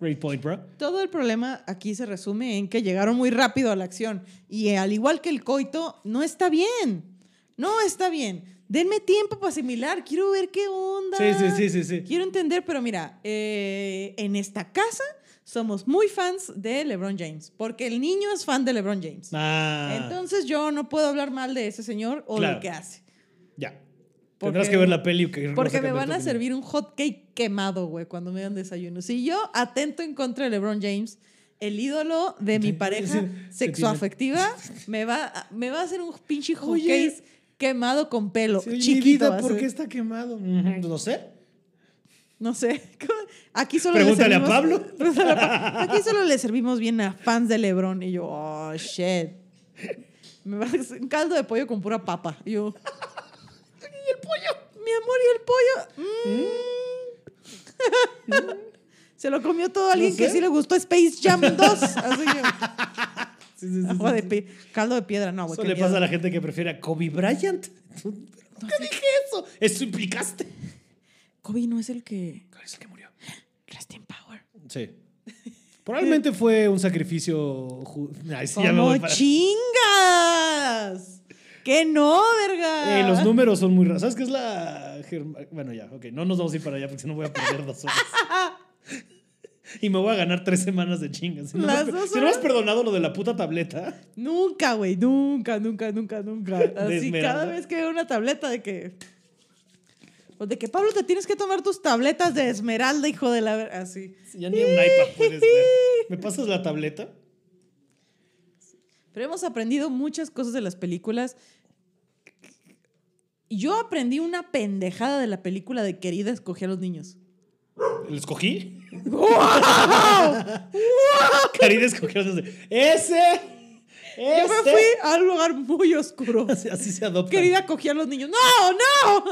S2: Great point, bro.
S1: Todo el problema aquí se resume en que llegaron muy rápido a la acción y eh, al igual que el coito, no está bien. No está bien. Denme tiempo para asimilar. Quiero ver qué onda.
S2: Sí, sí, sí, sí, sí.
S1: Quiero entender, pero mira, eh, en esta casa somos muy fans de LeBron James porque el niño es fan de LeBron James.
S2: Ah,
S1: Entonces yo no puedo hablar mal de ese señor o
S2: Claro.
S1: lo que hace.
S2: ya.
S1: Porque-
S2: Tendrás que ver la peli. que-
S1: Porque
S2: que
S1: me
S2: cambiar
S1: van a
S2: tu opinión.
S1: servir un hot cake quemado, güey, cuando me dan desayuno. Si yo atento en contra de LeBron James, el ídolo de mi pareja
S2: sí,
S1: sexoafectiva, me va, a- me va a hacer un pinche hot
S2: Oye.
S1: cake quemado con pelo.
S2: Sí, oye, mi
S1: chiquito. va
S2: vida,
S1: a
S2: ¿por
S1: ser.
S2: qué está quemado? Ujú, No sé.
S1: No sé. *laughs* Aquí solo
S2: Pregúntale
S1: le
S2: a
S1: servimos,
S2: Pablo.
S1: *laughs* Pregúntale a Pa- Aquí solo le servimos bien a fans de LeBron. Y yo, oh, shit. Me va a hacer un caldo de pollo con pura papa. Y yo... ¿Y el pollo? Mi amor, ¿y el pollo? Mm. *laughs* Se lo comió todo alguien
S2: No sé.
S1: que sí le gustó Space
S2: *laughs*
S1: Jam 2. Así que,
S2: Sí, sí, sí,
S1: agua
S2: sí.
S1: de pi- caldo de piedra. No, güey.
S2: Eso
S1: qué
S2: le
S1: miedo.
S2: pasa a la gente que prefiere a Kobe Bryant. *laughs* ¿Tú- ¿Por qué dije eso? Eso implicaste.
S1: Kobe no es el que...
S2: ¿Cuál es el que murió?
S1: Rest in power.
S2: Sí. Probablemente fue un sacrificio. ju- Ay, sí, ya me
S1: ¡Cómo
S2: voy para-
S1: chingas! ¡Que no, verga!
S2: Eh, los números son muy raros. ¿Sabes qué es la.? germa- Bueno, ya, ok. No nos vamos a ir para allá porque si no voy a perder
S1: *laughs*
S2: dos horas. Y me voy a ganar tres semanas de chingas. Si no, me
S1: Las
S2: has-
S1: dos
S2: si no me has
S1: horas.
S2: perdonado lo de la puta tableta.
S1: Nunca, güey, nunca, nunca, nunca, nunca. Así
S2: Esmeralda.
S1: cada vez que veo una tableta de que. Pues de que Pablo te tienes que tomar tus tabletas de esmeralda, hijo de la ver- así.
S2: Sí, Ya ni un iPad puedes ver. ¿Me pasas la tableta?
S1: Pero hemos aprendido muchas cosas de las películas. Yo aprendí una pendejada de la película de Querida escogí a los niños.
S2: ¿Lo escogí? *laughs* Karina escogió los de, ¡Ese!
S1: Yo me fui
S2: ¡Ese!
S1: a un lugar muy oscuro.
S2: Así, así se adopta.
S1: Querida cogí a los niños. ¡No, no!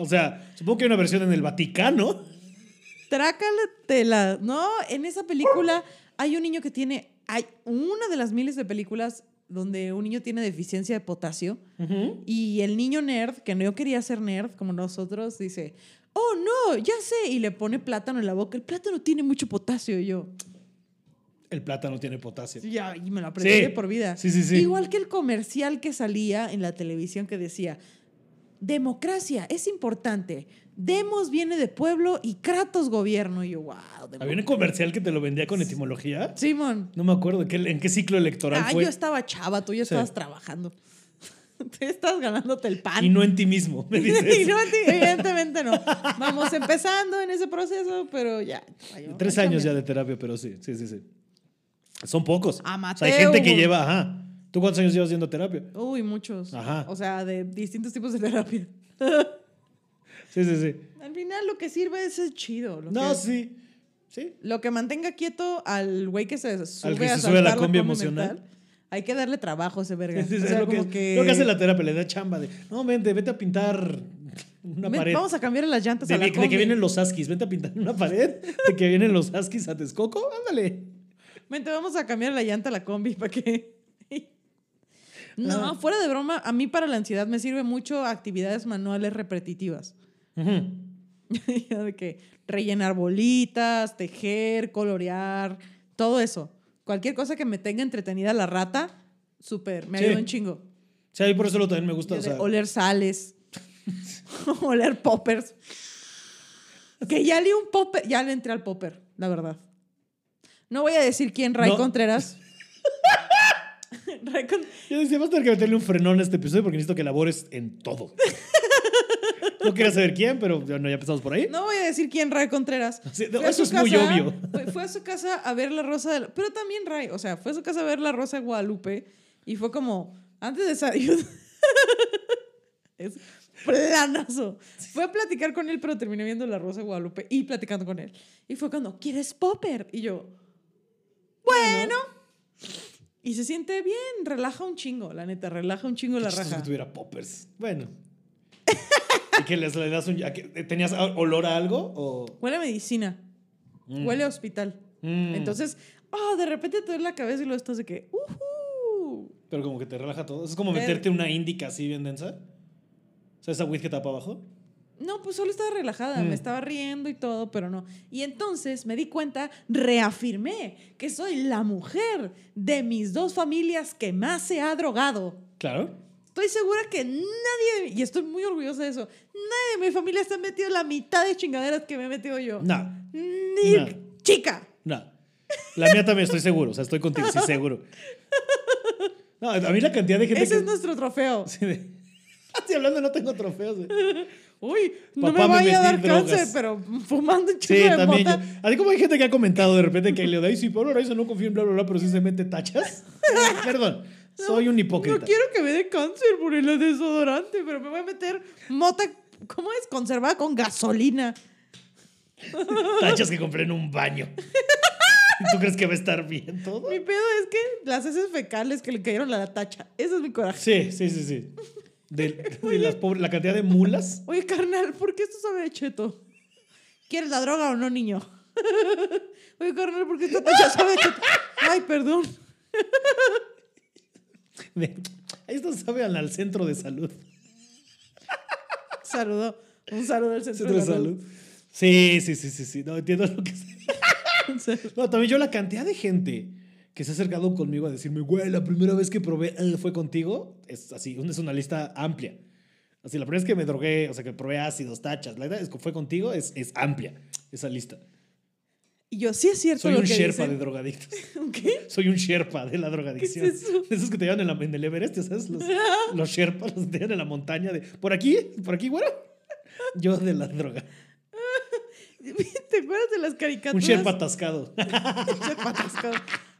S2: O sea, supongo que hay una versión en el Vaticano.
S1: Trácatela. No, en esa película hay un niño que tiene. Hay una de las miles de películas donde un niño tiene deficiencia de potasio. Y el niño nerd, que no quería ser nerd como nosotros, dice: Oh, no, ya sé. Y le pone plátano en la boca. El plátano tiene mucho potasio. Y yo,
S2: El plátano tiene potasio.
S1: ya, y me lo aprendí
S2: Sí.
S1: de por vida.
S2: Sí, sí, sí.
S1: Igual que el comercial que salía en la televisión que decía, democracia es importante, Demos viene de pueblo y Kratos gobierno. Y yo, wow.
S2: Había un comercial que te lo vendía con etimología.
S1: Simón,
S2: No me acuerdo ¿en qué, en qué ciclo electoral
S1: ah,
S2: fue.
S1: yo estaba chava, tú ya
S2: Sí.
S1: estabas trabajando. *laughs* Tú ya estabas ganándote el pan.
S2: Y no en ti mismo,
S1: *laughs*
S2: me
S1: Y
S2: dices.
S1: no, sí, evidentemente no. Vamos empezando en ese proceso, pero ya. vaya,
S2: Tres
S1: hay
S2: años
S1: camino.
S2: ya de terapia, pero sí, sí, sí, sí. Son pocos.
S1: A
S2: O sea, hay gente que
S1: Mateo.
S2: lleva, ajá. ¿Tú cuántos años llevas yendo a terapia?
S1: Uy, muchos.
S2: Ajá.
S1: O sea, de distintos tipos de terapia.
S2: Sí, sí, sí.
S1: Al final lo que sirve es el chido. Lo,
S2: No,
S1: que,
S2: sí. Sí.
S1: lo que mantenga quieto al güey que se sube
S2: que
S1: a
S2: se sube a la
S1: saltar
S2: combi emocional.
S1: mental, hay que darle trabajo a ese verga.
S2: Sí, sí,
S1: O
S2: sí,
S1: sea,
S2: lo,
S1: como
S2: que,
S1: que-
S2: lo que hace la terapia, le da chamba de, no, vente, vete a pintar una
S1: Ven,
S2: pared.
S1: Vamos a cambiar las llantas
S2: de,
S1: a la
S2: de- de
S1: combi.
S2: que vienen los Askis, vente a pintar una pared. De que vienen los Askis a Texcoco, ándale.
S1: Vente, vamos a cambiar la llanta a la combi para que. No,
S2: Ah.
S1: fuera de broma, a mí para la ansiedad me sirve mucho actividades manuales repetitivas. *laughs*
S2: Ujú.
S1: Ya de que rellenar bolitas, tejer, colorear, todo eso. Cualquier cosa que me tenga entretenida la rata, súper, me
S2: Sí.
S1: ayuda un chingo.
S2: Sí, ahí por eso lo también me gusta. O
S1: Desde
S2: sea,
S1: oler sales, *laughs* oler poppers. Que ya le un popper, ya le entré al popper, la verdad. No voy a decir quién, Ray
S2: No.
S1: Contreras. *laughs* Ray Con-
S2: yo decía, vas a tener que meterle un frenón a este episodio porque necesito que elabores en todo. no quería saber quién, pero bueno, ya empezamos por ahí.
S1: No voy a decir quién, Ray Contreras.
S2: Sí, no,
S1: Fue a
S2: eso
S1: su
S2: es muy
S1: casa-
S2: obvio.
S1: Fue, fue a su casa a ver la rosa de la- Pero también Ray, o sea, fue a su casa a ver la rosa de Guadalupe y fue como, antes de desayunar. *laughs* es planazo. Fue a platicar con él, pero terminé viendo la rosa de Guadalupe y platicando con él. Y fue cuando, ¿quieres popper? Y yo, bueno. Y se siente bien, relaja un chingo, la neta, relaja un chingo la
S2: Qué chistoso
S1: raja.
S2: que tuviera poppers. Bueno. ¿Y que les le das un... a que- eh, ¿Tenías olor a algo? O...
S1: Huele a medicina,
S2: Mm.
S1: huele a hospital.
S2: Mm.
S1: Entonces, ah, de repente te duele la cabeza y luego estás de que, ¡ujú!
S2: Pero como que te relaja todo. Es como
S1: Ver-
S2: meterte una índica así bien densa. O sea, esa weed que tapa abajo.
S1: No, pues solo estaba relajada,
S2: Mm.
S1: me estaba riendo y todo, pero no. Y entonces me di cuenta, reafirmé que soy la mujer de mis dos familias que más se ha drogado.
S2: Claro.
S1: Estoy segura que nadie, y estoy muy orgullosa de eso, nadie de mi familia se ha metido la mitad de chingaderas que me he metido yo.
S2: No,
S1: Ni
S2: No.
S1: chica.
S2: no. La mía también estoy seguro. O sea, estoy contigo, sí, seguro. No, a mí la cantidad de gente
S1: Ese
S2: que...
S1: es nuestro trofeo.
S2: Sí, de- *laughs* Así hablando, no tengo trofeos. eh. güey.
S1: Uy, no
S2: Papá,
S1: me
S2: me
S1: vaya a dar
S2: metí en drogas.
S1: cáncer, pero fumando un
S2: Sí,
S1: chingo de
S2: también. yo-
S1: mota.
S2: Así como hay gente que ha comentado de repente que le da, y si Pablo Araiza no confía en bla, bla, bla, pero sí se
S1: *laughs*
S2: mete tachas. Eh, Perdón, soy un hipócrita.
S1: No quiero que me dé cáncer por el desodorante, pero me voy a meter mota, ¿cómo es? Conservada con gasolina.
S2: Tachas que compré en
S1: *laughs*
S2: un baño. ¿Y ¿Tú crees que va a estar bien todo?
S1: Mi pedo es que las heces fecales que le cayeron a la tacha. Ese es mi coraje.
S2: Sí, sí, sí, sí. De, de las pobres, la cantidad de mulas.
S1: Oye, carnal, ¿por qué esto sabe de cheto? ¿Quieres la droga o no, niño? *laughs* Oye, carnal, ¿por qué esta tacha sabe de cheto? Ay, perdón.
S2: De, esto sabe al, al centro de salud.
S1: Saludo. Un saludo al centro,
S2: Centro de
S1: de
S2: salud. Sí, sí, sí, sí, sí. No entiendo lo que *laughs* es.
S1: salud.
S2: No, también yo la cantidad de gente que se ha acercado conmigo a decirme, güey, la primera vez que probé eh, fue contigo, es así, un- es una lista amplia. Así, la primera vez que me drogué, o sea, que probé ácidos, tachas, la verdad es que fue contigo, es, es amplia esa lista.
S1: Y yo, sí es cierto
S2: Soy
S1: lo
S2: un
S1: que
S2: sherpa de
S1: dicen.
S2: drogadictos.
S1: *laughs* ¿Qué?
S2: Soy un sherpa de la drogadicción.
S1: ¿Qué es eso?
S2: De esos que te llevan en, la- en el Everest, ya ¿sabes? Los, los sherpas los que te llevan en la montaña de, por aquí, por aquí, güero. Yo de la droga.
S1: *laughs* ¿Te acuerdas de las caricaturas?
S2: Un sherpa atascado.
S1: Pinche patascado.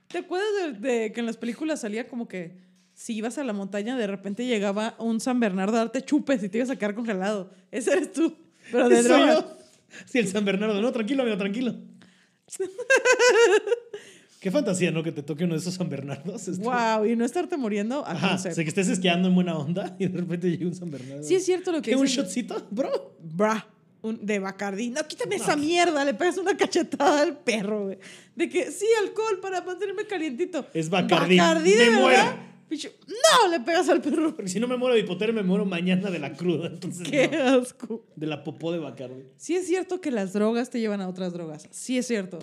S1: ¿Te acuerdas de, de que en las películas salía como que si ibas a la montaña, de repente llegaba un San Bernardo a darte chupes y te ibas a quedar congelado? Ese eres tú, pero de
S2: Soy
S1: droga.
S2: yo. Sí, el San Bernardo. No, tranquilo, amigo, tranquilo. Qué fantasía, ¿no? Que te toque uno de esos San Bernardos. Este-
S1: Wow, y no estarte muriendo a
S2: Ajá, o sea,
S1: concepto.
S2: que estés esquiando en buena onda y de repente llega un San Bernardo.
S1: Sí es cierto lo que
S2: ¿Qué, un
S1: dicen.
S2: shotcito, bro?
S1: Bra. un- de Bacardi. No, quítame esa mierda. Le pegas una cachetada al perro, güey. De que sí, alcohol para mantenerme calientito.
S2: Es Bacardí.
S1: Bacardí, de
S2: Me
S1: verdad.
S2: muero.
S1: Pinche- No, le pegas al perro.
S2: Porque si no me muero de hipotermia, me muero mañana de la cruda. Entonces,
S1: Qué
S2: no.
S1: asco.
S2: de la popó de Bacardi.
S1: Sí es cierto que las drogas te llevan a otras drogas. Sí es cierto.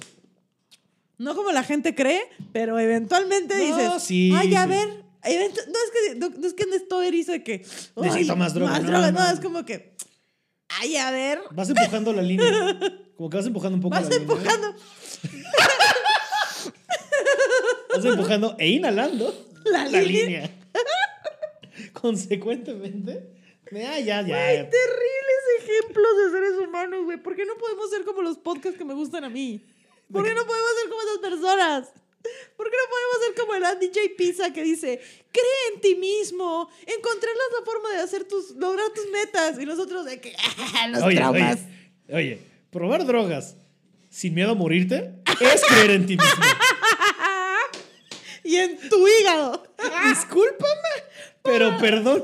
S1: No como la gente cree, pero eventualmente
S2: No,
S1: dices,
S2: sí,
S1: ay, a
S2: sí.
S1: ver, eventu- no es que no, no es que no estoy erizo de que ay,
S2: Necesito más droga, no,
S1: droga.
S2: no.
S1: No, es como que ay, a ver,
S2: Vas empujando la línea. Como que vas empujando un poco
S1: vas
S2: la línea.
S1: empujando
S2: Vas empujando e inhalando
S1: La línea.
S2: *laughs* Consecuentemente, de, ah, ya, ya.
S1: Ay, terribles ejemplos de seres humanos, güey. ¿Por qué no podemos ser como los podcasts que me gustan a mí? ¿Por qué no podemos ser como esas personas? ¿Por qué no podemos ser como el Instagram, DJ Pizza, que dice, cree en ti mismo, encontrarás la forma de hacer tus, lograr tus metas. Y nosotros de que, "Ah, los
S2: oye,
S1: traumas.
S2: Oye, oye, probar drogas sin miedo a morirte es creer en ti mismo.
S1: *laughs* Y en tu hígado.
S2: Discúlpame, pero perdón.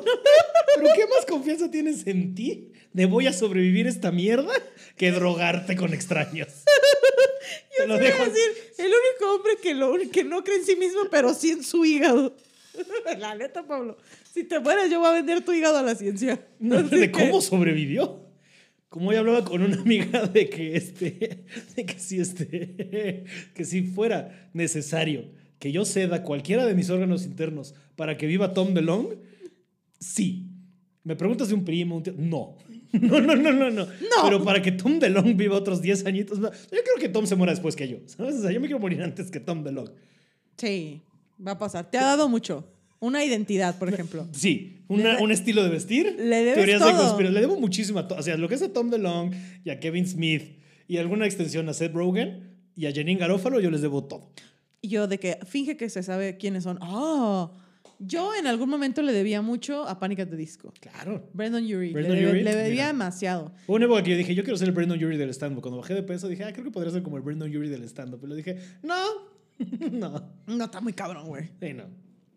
S2: ¿Pero qué más confianza tienes en ti de voy a sobrevivir esta mierda que drogarte
S1: *laughs*
S2: con extraños? Te lo
S1: Voy
S2: dejo.
S1: a decir, el único hombre que, lo, que no cree en sí mismo, pero sí en su hígado. *laughs* La neta, Pablo. Si te mueres, yo voy a vender tu hígado a la ciencia. Así
S2: *laughs* ¿De
S1: que-
S2: cómo sobrevivió? Como hoy hablaba con una amiga de que este, *laughs* de que si este, *laughs* que si fuera necesario que yo ceda cualquiera de mis órganos internos para que viva Tom DeLong, sí. Me preguntas de un primo, un tío, no. *laughs* No, no, no, no, no. Pero para que Tom DeLong viva otros 10 añitos, no. yo creo que Tom se muera después que yo. ¿sabes? O sea, yo me quiero morir antes que Tom DeLong.
S1: Sí, va a pasar. Te ha dado mucho. Una identidad, por ejemplo.
S2: Sí, una- un estilo de vestir.
S1: Le debes
S2: teorías de
S1: todo.
S2: conspiración. Le debo muchísimo a, to- o sea, lo que es a Tom DeLong y a Kevin Smith y alguna extensión a Seth Rogen y a Janine Garófalo, yo les debo todo.
S1: Y yo de que finge que se sabe quiénes son. ¡Ah! Yo en algún momento le debía mucho a Pánica de Disco.
S2: Claro.
S1: Brandon Urie.
S2: Brandon
S1: le, debe-
S2: Urie,
S1: le debía
S2: mira.
S1: demasiado.
S2: Hubo una época que yo dije, yo quiero ser el Brandon Urie del stand-up. Cuando bajé de peso dije, ah, creo que podría ser como el Brandon Urie del stand-up. Pero dije, no, *laughs* no,
S1: No está muy cabrón, güey.
S2: sí, no.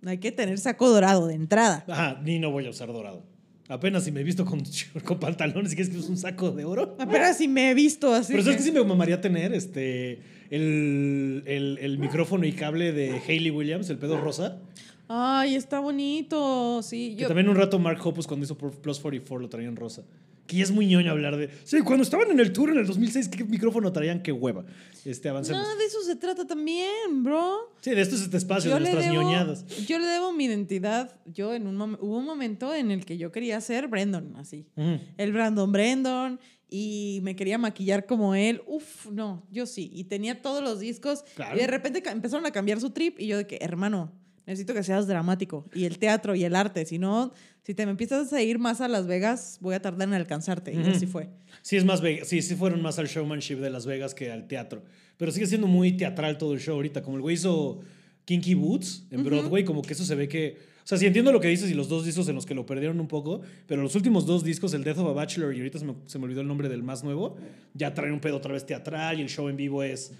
S1: Hay que tener saco dorado de entrada.
S2: Ajá, ni no voy a usar dorado. Apenas si me he visto con, *laughs* con pantalones y que es que uso un saco de oro.
S1: Apenas si me he visto así.
S2: Pero sabes
S1: que-
S2: que sí me mamaría tener este el, el- el micrófono y cable de Hayley Williams, el pedo rosa.
S1: Ay, está bonito. Sí,
S2: Que
S1: yo.
S2: también un rato Mark Hoppus cuando hizo por- Plus 44 lo traían rosa. Que ya es muy ñoño hablar de. Sí, cuando estaban en el tour en el 2006, ¿qué micrófono traían? ¡Qué hueva! Este, avancemos.
S1: Nada de eso se trata también, bro.
S2: sí, de esto es este espacio,
S1: Yo
S2: de
S1: le,
S2: nuestras
S1: debo,
S2: ñoñadas.
S1: yo le debo mi identidad. Yo en un mom- hubo un momento en el que yo quería ser Brandon, así.
S2: Ujú.
S1: el Brandon Brandon y me quería maquillar como él. Uf, no, yo sí. Y tenía todos los discos
S2: Claro.
S1: y de repente ca- empezaron a cambiar su trip y yo de que, hermano, necesito que seas dramático y el teatro y el arte. Si no, si te me empiezas a ir más a Las Vegas, voy a tardar en alcanzarte. Y
S2: Ujú.
S1: así fue.
S2: Sí, es más Vegas. Sí, sí fueron más al showmanship de Las Vegas que al teatro. Pero sigue siendo muy teatral todo el show ahorita. Como el güey hizo Kinky Boots en Broadway, como que eso se ve que. O sea, sí entiendo lo que dices y los dos discos en los que lo perdieron un poco, pero los últimos dos discos, el Death of a Bachelor y ahorita se me, se me olvidó el nombre del más nuevo, ya traen un pedo otra vez teatral y el show en vivo es.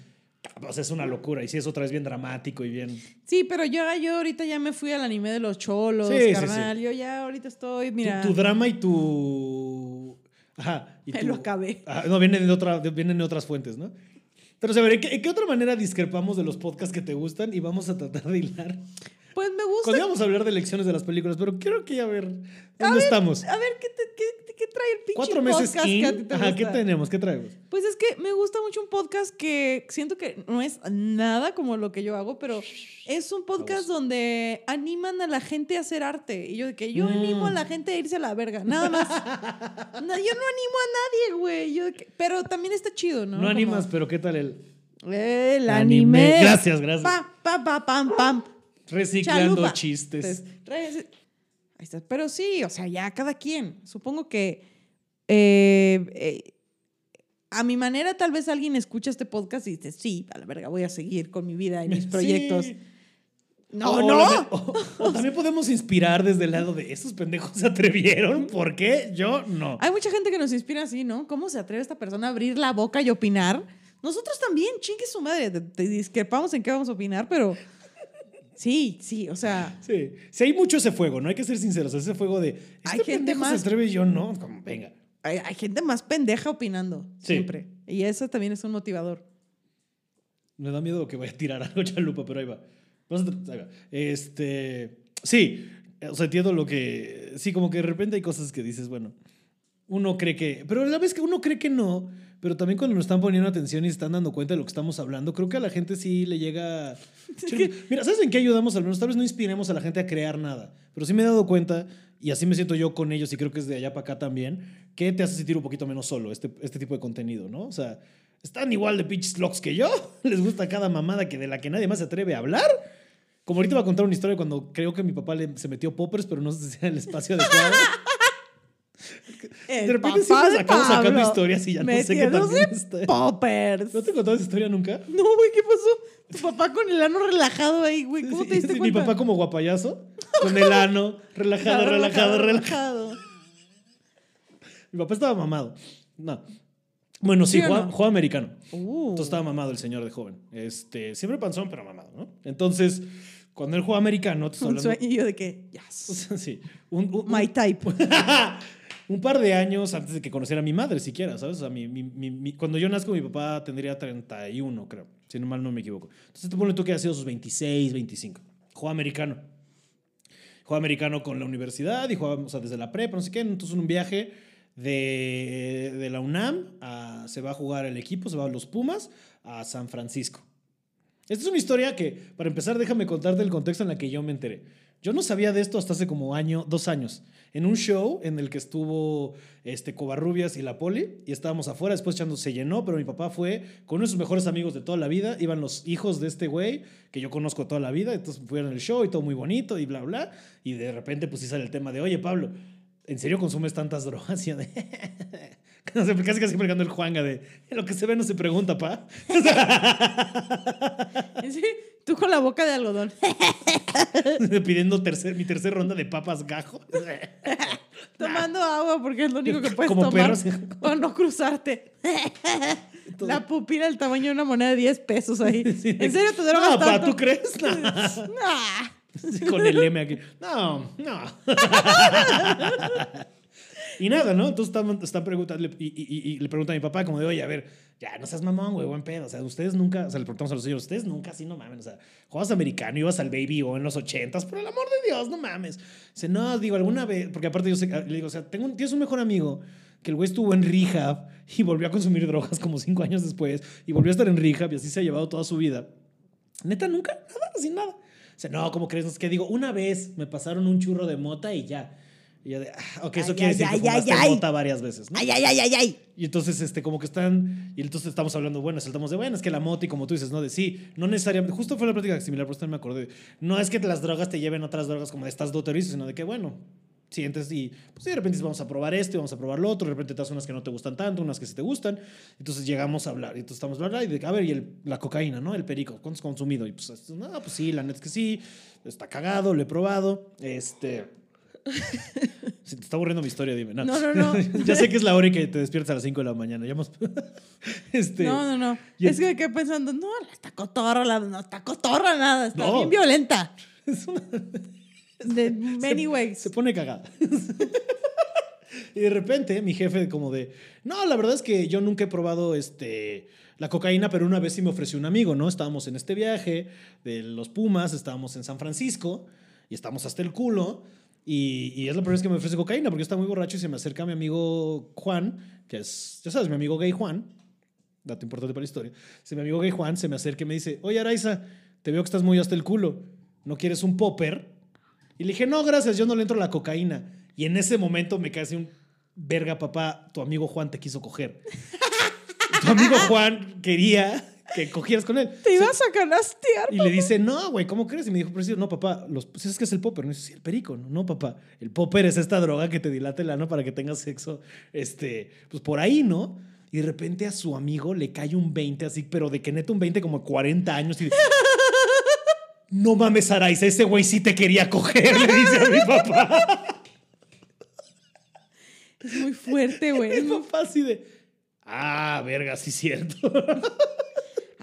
S2: O sea, es una locura. Y sí, es otra vez bien dramático y bien.
S1: Sí, pero yo, yo ahorita ya me fui al anime de los cholos,
S2: Sí, sí,
S1: carnal. Yo ya ahorita estoy,
S2: Tu-
S1: mira.
S2: Tu, drama y tu. Ajá. Y
S1: Me
S2: tu-
S1: *laughs* lo acabé.
S2: Ah, no, vienen de, otra, de- vienen de otras fuentes, ¿no? Pero, a ver, ¿en qué, en qué otra manera discrepamos de los podcasts que te gustan y vamos a tratar de hilar?
S1: pues me gusta.
S2: Cuando íbamos a hablar de lecciones de las películas, pero quiero que a ver dónde estamos.
S1: A ver, ¿qué, te- qué- qué trae el pinche
S2: Cuatro meses
S1: podcast
S2: in.
S1: que a ti te
S2: Ajá, ¿qué
S1: gusta?
S2: tenemos? ¿Qué traemos?
S1: Pues es que me gusta mucho un podcast que siento que no es nada como lo que yo hago, pero es un podcast donde animan a la gente a hacer arte. Y yo de que yo
S2: Mm.
S1: animo a la gente a irse a la verga, nada
S2: *laughs*
S1: más. No, yo no animo a nadie, güey. Yo de que- pero también está chido, ¿no?
S2: No,
S1: Como-
S2: animas, pero ¿qué tal el
S1: El anime.
S2: Anime. Gracias, gracias.
S1: Pam, pam, pam, pam, pam.
S2: reciclando
S1: Chalupa. Pues,
S2: chistes?
S1: Entonces, regrese- Ahí está. Pero sí, o sea, ya cada quien. Supongo que eh, eh, a mi manera tal vez alguien escucha este podcast y dice, sí, a la verga, voy a seguir con mi vida y mis
S2: *laughs* Sí.
S1: proyectos. No,
S2: O- o
S1: no.
S2: la- o- o también podemos inspirar desde el lado de esos pendejos se atrevieron, ¿por qué? Yo no.
S1: Hay mucha gente que nos inspira así, ¿no? ¿Cómo se atreve esta persona a abrir la boca y opinar? Nosotros también, chingue su madre, te- te discrepamos en qué vamos a opinar, pero sí, sí, o sea,
S2: Sí, sí hay mucho ese fuego, ¿no? Hay que ser sinceros, ese fuego de... Este
S1: Hay gente
S2: pendejo
S1: más-
S2: se atreve y yo no, como, venga.
S1: hay, hay gente más pendeja opinando
S2: Sí.
S1: siempre. Y eso también es un motivador.
S2: Me da miedo que vaya a tirar *laughs* algo chalupa, pero ahí va. Vamos a tra- ahí va. Este... Sí, eh, o sea, entiendo lo que... Sí, como que de repente hay cosas que dices, bueno, uno cree que... Pero a la vez que uno cree que no, pero también cuando nos están poniendo atención y se están dando cuenta de lo que estamos hablando, creo que a la gente sí le llega... Mira, ¿sabes en qué ayudamos? Al menos tal vez no inspiremos a la gente a crear nada, pero sí me he dado cuenta, y así me siento yo con ellos, y creo que es de allá para acá también, que te hace sentir un poquito menos solo este, este tipo de contenido, ¿no? O sea, están igual de pinches locos que yo, *laughs* les gusta cada mamada que de la que nadie más se atreve a hablar. Como ahorita voy a contar una historia cuando creo que mi papá le- se metió poppers, pero no sé si era el espacio
S1: *laughs*
S2: adecuado.
S1: El
S2: De repente
S1: papá
S2: siempre
S1: de
S2: sacamos sacando
S1: Pablo
S2: historias y ya no sé qué
S1: metiéndose
S2: también está.
S1: poppers.
S2: ¿No te he contado esa historia nunca?
S1: No, güey, ¿qué pasó? Tu papá con el ano relajado ahí, güey. ¿Cómo
S2: Sí,
S1: te diste
S2: sí, *laughs* Mi
S1: cuenta?
S2: papá como guapayazo, con el ano, relajado, relajado, relajado.
S1: relajado.
S2: Mi papá estaba mamado. No. Bueno, sí,
S1: ¿Sí o
S2: jugaba,
S1: no?
S2: jugaba americano.
S1: Uh.
S2: Entonces estaba mamado el señor de joven. Este, siempre panzón, pero mamado, ¿no? Entonces, cuando él jugaba americano, te estoy
S1: Uh, un
S2: hablando.
S1: sueño y yo de que, yes.
S2: *laughs* Sí. Un, un-
S1: My type.
S2: *laughs* un par de años antes de que conociera a mi madre siquiera, ¿sabes? O sea, mi- mi- mi- mi- cuando yo nazco, mi papá tendría 31, creo. Si no mal no me equivoco. Entonces te pone tú que ha sido sus 26, 25. Juega americano. Juega americano con la universidad y jugaba, o sea, desde la prepa, no sé qué. Entonces en un viaje de, de la UNAM a- se va a jugar el equipo, se va a los Pumas a San Francisco. Esta es una historia que, para empezar, déjame contarte el contexto en la que yo me enteré. Yo no sabía de esto hasta hace como año, dos años, en un show en el que estuvo este, Covarrubias y La Poli, y estábamos afuera, después echando, se llenó, pero mi papá fue con uno de sus mejores amigos de toda la vida, iban los hijos de este güey, que yo conozco toda la vida, entonces fueron al show y todo muy bonito y bla, bla, y de repente pues sí sale el tema de, oye Pablo, ¿en serio consumes tantas drogas? Y yo de, *laughs* casi casi casi pegando el Juanga de, lo que se ve no se pregunta, pa. *laughs*
S1: Sí, Tú con la boca de
S2: *laughs*
S1: algodón.
S2: pidiendo tercer, mi tercer ronda de papas gajo. *laughs*
S1: Tomando agua porque es lo único que puedes
S2: Como
S1: tomar.
S2: perros. *laughs*
S1: Para no cruzarte. La pupila del tamaño de una moneda de 10 pesos ahí.
S2: *laughs* Sí.
S1: ¿En serio te drogas
S2: No, pa,
S1: tanto?
S2: ¿tú crees? *laughs* No.
S1: Ah.
S2: Sí, con el M aquí. No, no. y nada, ¿no? Entonces están, están preguntando y, y- y- y le pregunta a mi papá como de, oye, a ver, ya, no seas mamón, güey, buen pedo. O sea, ustedes nunca, o sea, le preguntamos a los señores, ustedes nunca, sí, no mames. O sea, jugabas americano, ibas al Baby O en los ochentas, por el amor de Dios, no mames. Dice, no, digo, alguna vez, porque aparte yo sé- ah, le digo, o sea, tengo un- tienes un mejor amigo que el güey estuvo en rehab y volvió a consumir drogas como cinco años después y volvió a estar en rehab y así se ha llevado toda su vida. Neta, nunca, nada, sin nada. Dice, no, ¿cómo crees? No sé qué. Digo, una vez me pasaron un churro de mota y ya. Y yo de, ah, ok, eso
S1: Ay,
S2: quiere
S1: ay,
S2: decir
S1: ay,
S2: que fumaste
S1: ay, ay.
S2: mota varias veces, ¿no?
S1: *laughs* Ay, ay, ay, ay, ay.
S2: Y entonces, este, como que están, y entonces estamos hablando, bueno, saltamos de, bueno, es que la mota y como tú dices, no, de sí, no necesariamente, justo fue la plática similar, por eso me acordé, no es que las drogas te lleven a otras drogas como de estas doterizas, sino de que, bueno, sientes y, pues sí, de repente dices, vamos a probar esto y vamos a probar lo otro, de repente te das unas que no te gustan tanto, unas que sí te gustan, entonces llegamos a hablar, y entonces estamos hablando, y de, que, a ver, y el- la cocaína, ¿no? El perico, ¿cuánto has consumido? Y pues, no, pues sí, la neta es que sí, está cagado, lo he probado, este... *laughs* Si te está aburriendo mi historia, dime.
S1: No, no, no.
S2: *laughs* ya sé que es la hora y que te despiertas a las 5 de la mañana. Ya hemos- *laughs* este,
S1: No, no, no.
S2: Y el-
S1: Es que me quedé pensando, no, la está cotorra, la- no está cotorra nada, está
S2: No.
S1: bien violenta.
S2: *laughs* es una-
S1: *laughs* De many ways.
S2: se pone cagada. *laughs* y de repente mi jefe como de, no, la verdad es que yo nunca he probado este, la cocaína, pero una vez sí me ofreció un amigo, ¿no? Estábamos en este viaje de los Pumas, estábamos en San Francisco y estábamos hasta el culo. Y, y es la primera vez que me ofrece cocaína porque yo estaba muy borracho y se me acerca mi amigo Juan, que es, ya sabes, mi amigo gay Juan, dato importante para la historia. Si mi amigo gay Juan se me acerca y me dice, oye Araiza, te veo que estás muy hasta el culo, ¿no quieres un popper? Y le dije, no, gracias, yo no le entro a la cocaína. Y en ese momento me cae así un verga, papá, tu amigo Juan te quiso coger. *laughs* tu amigo Juan quería que cogieras con él.
S1: Te ibas a canastear.
S2: Y le dice, no, güey, ¿cómo crees? Y me dijo, pero sí, no, papá, los, pues es que es el popper. No dice, sí, el perico. No, no, papá, el popper es esta droga que te dilata el ano para que tengas sexo, este, pues por ahí, ¿no? Y de repente a su amigo le cae un 20 así, pero de que neta un 20 como 40 años. Y de- no mames, Araiza, ese güey sí te quería coger, le dice a mi papá.
S1: Es muy
S2: *laughs*
S1: fuerte,
S2: El
S1: güey.
S2: papá así de, ah, verga, sí es cierto.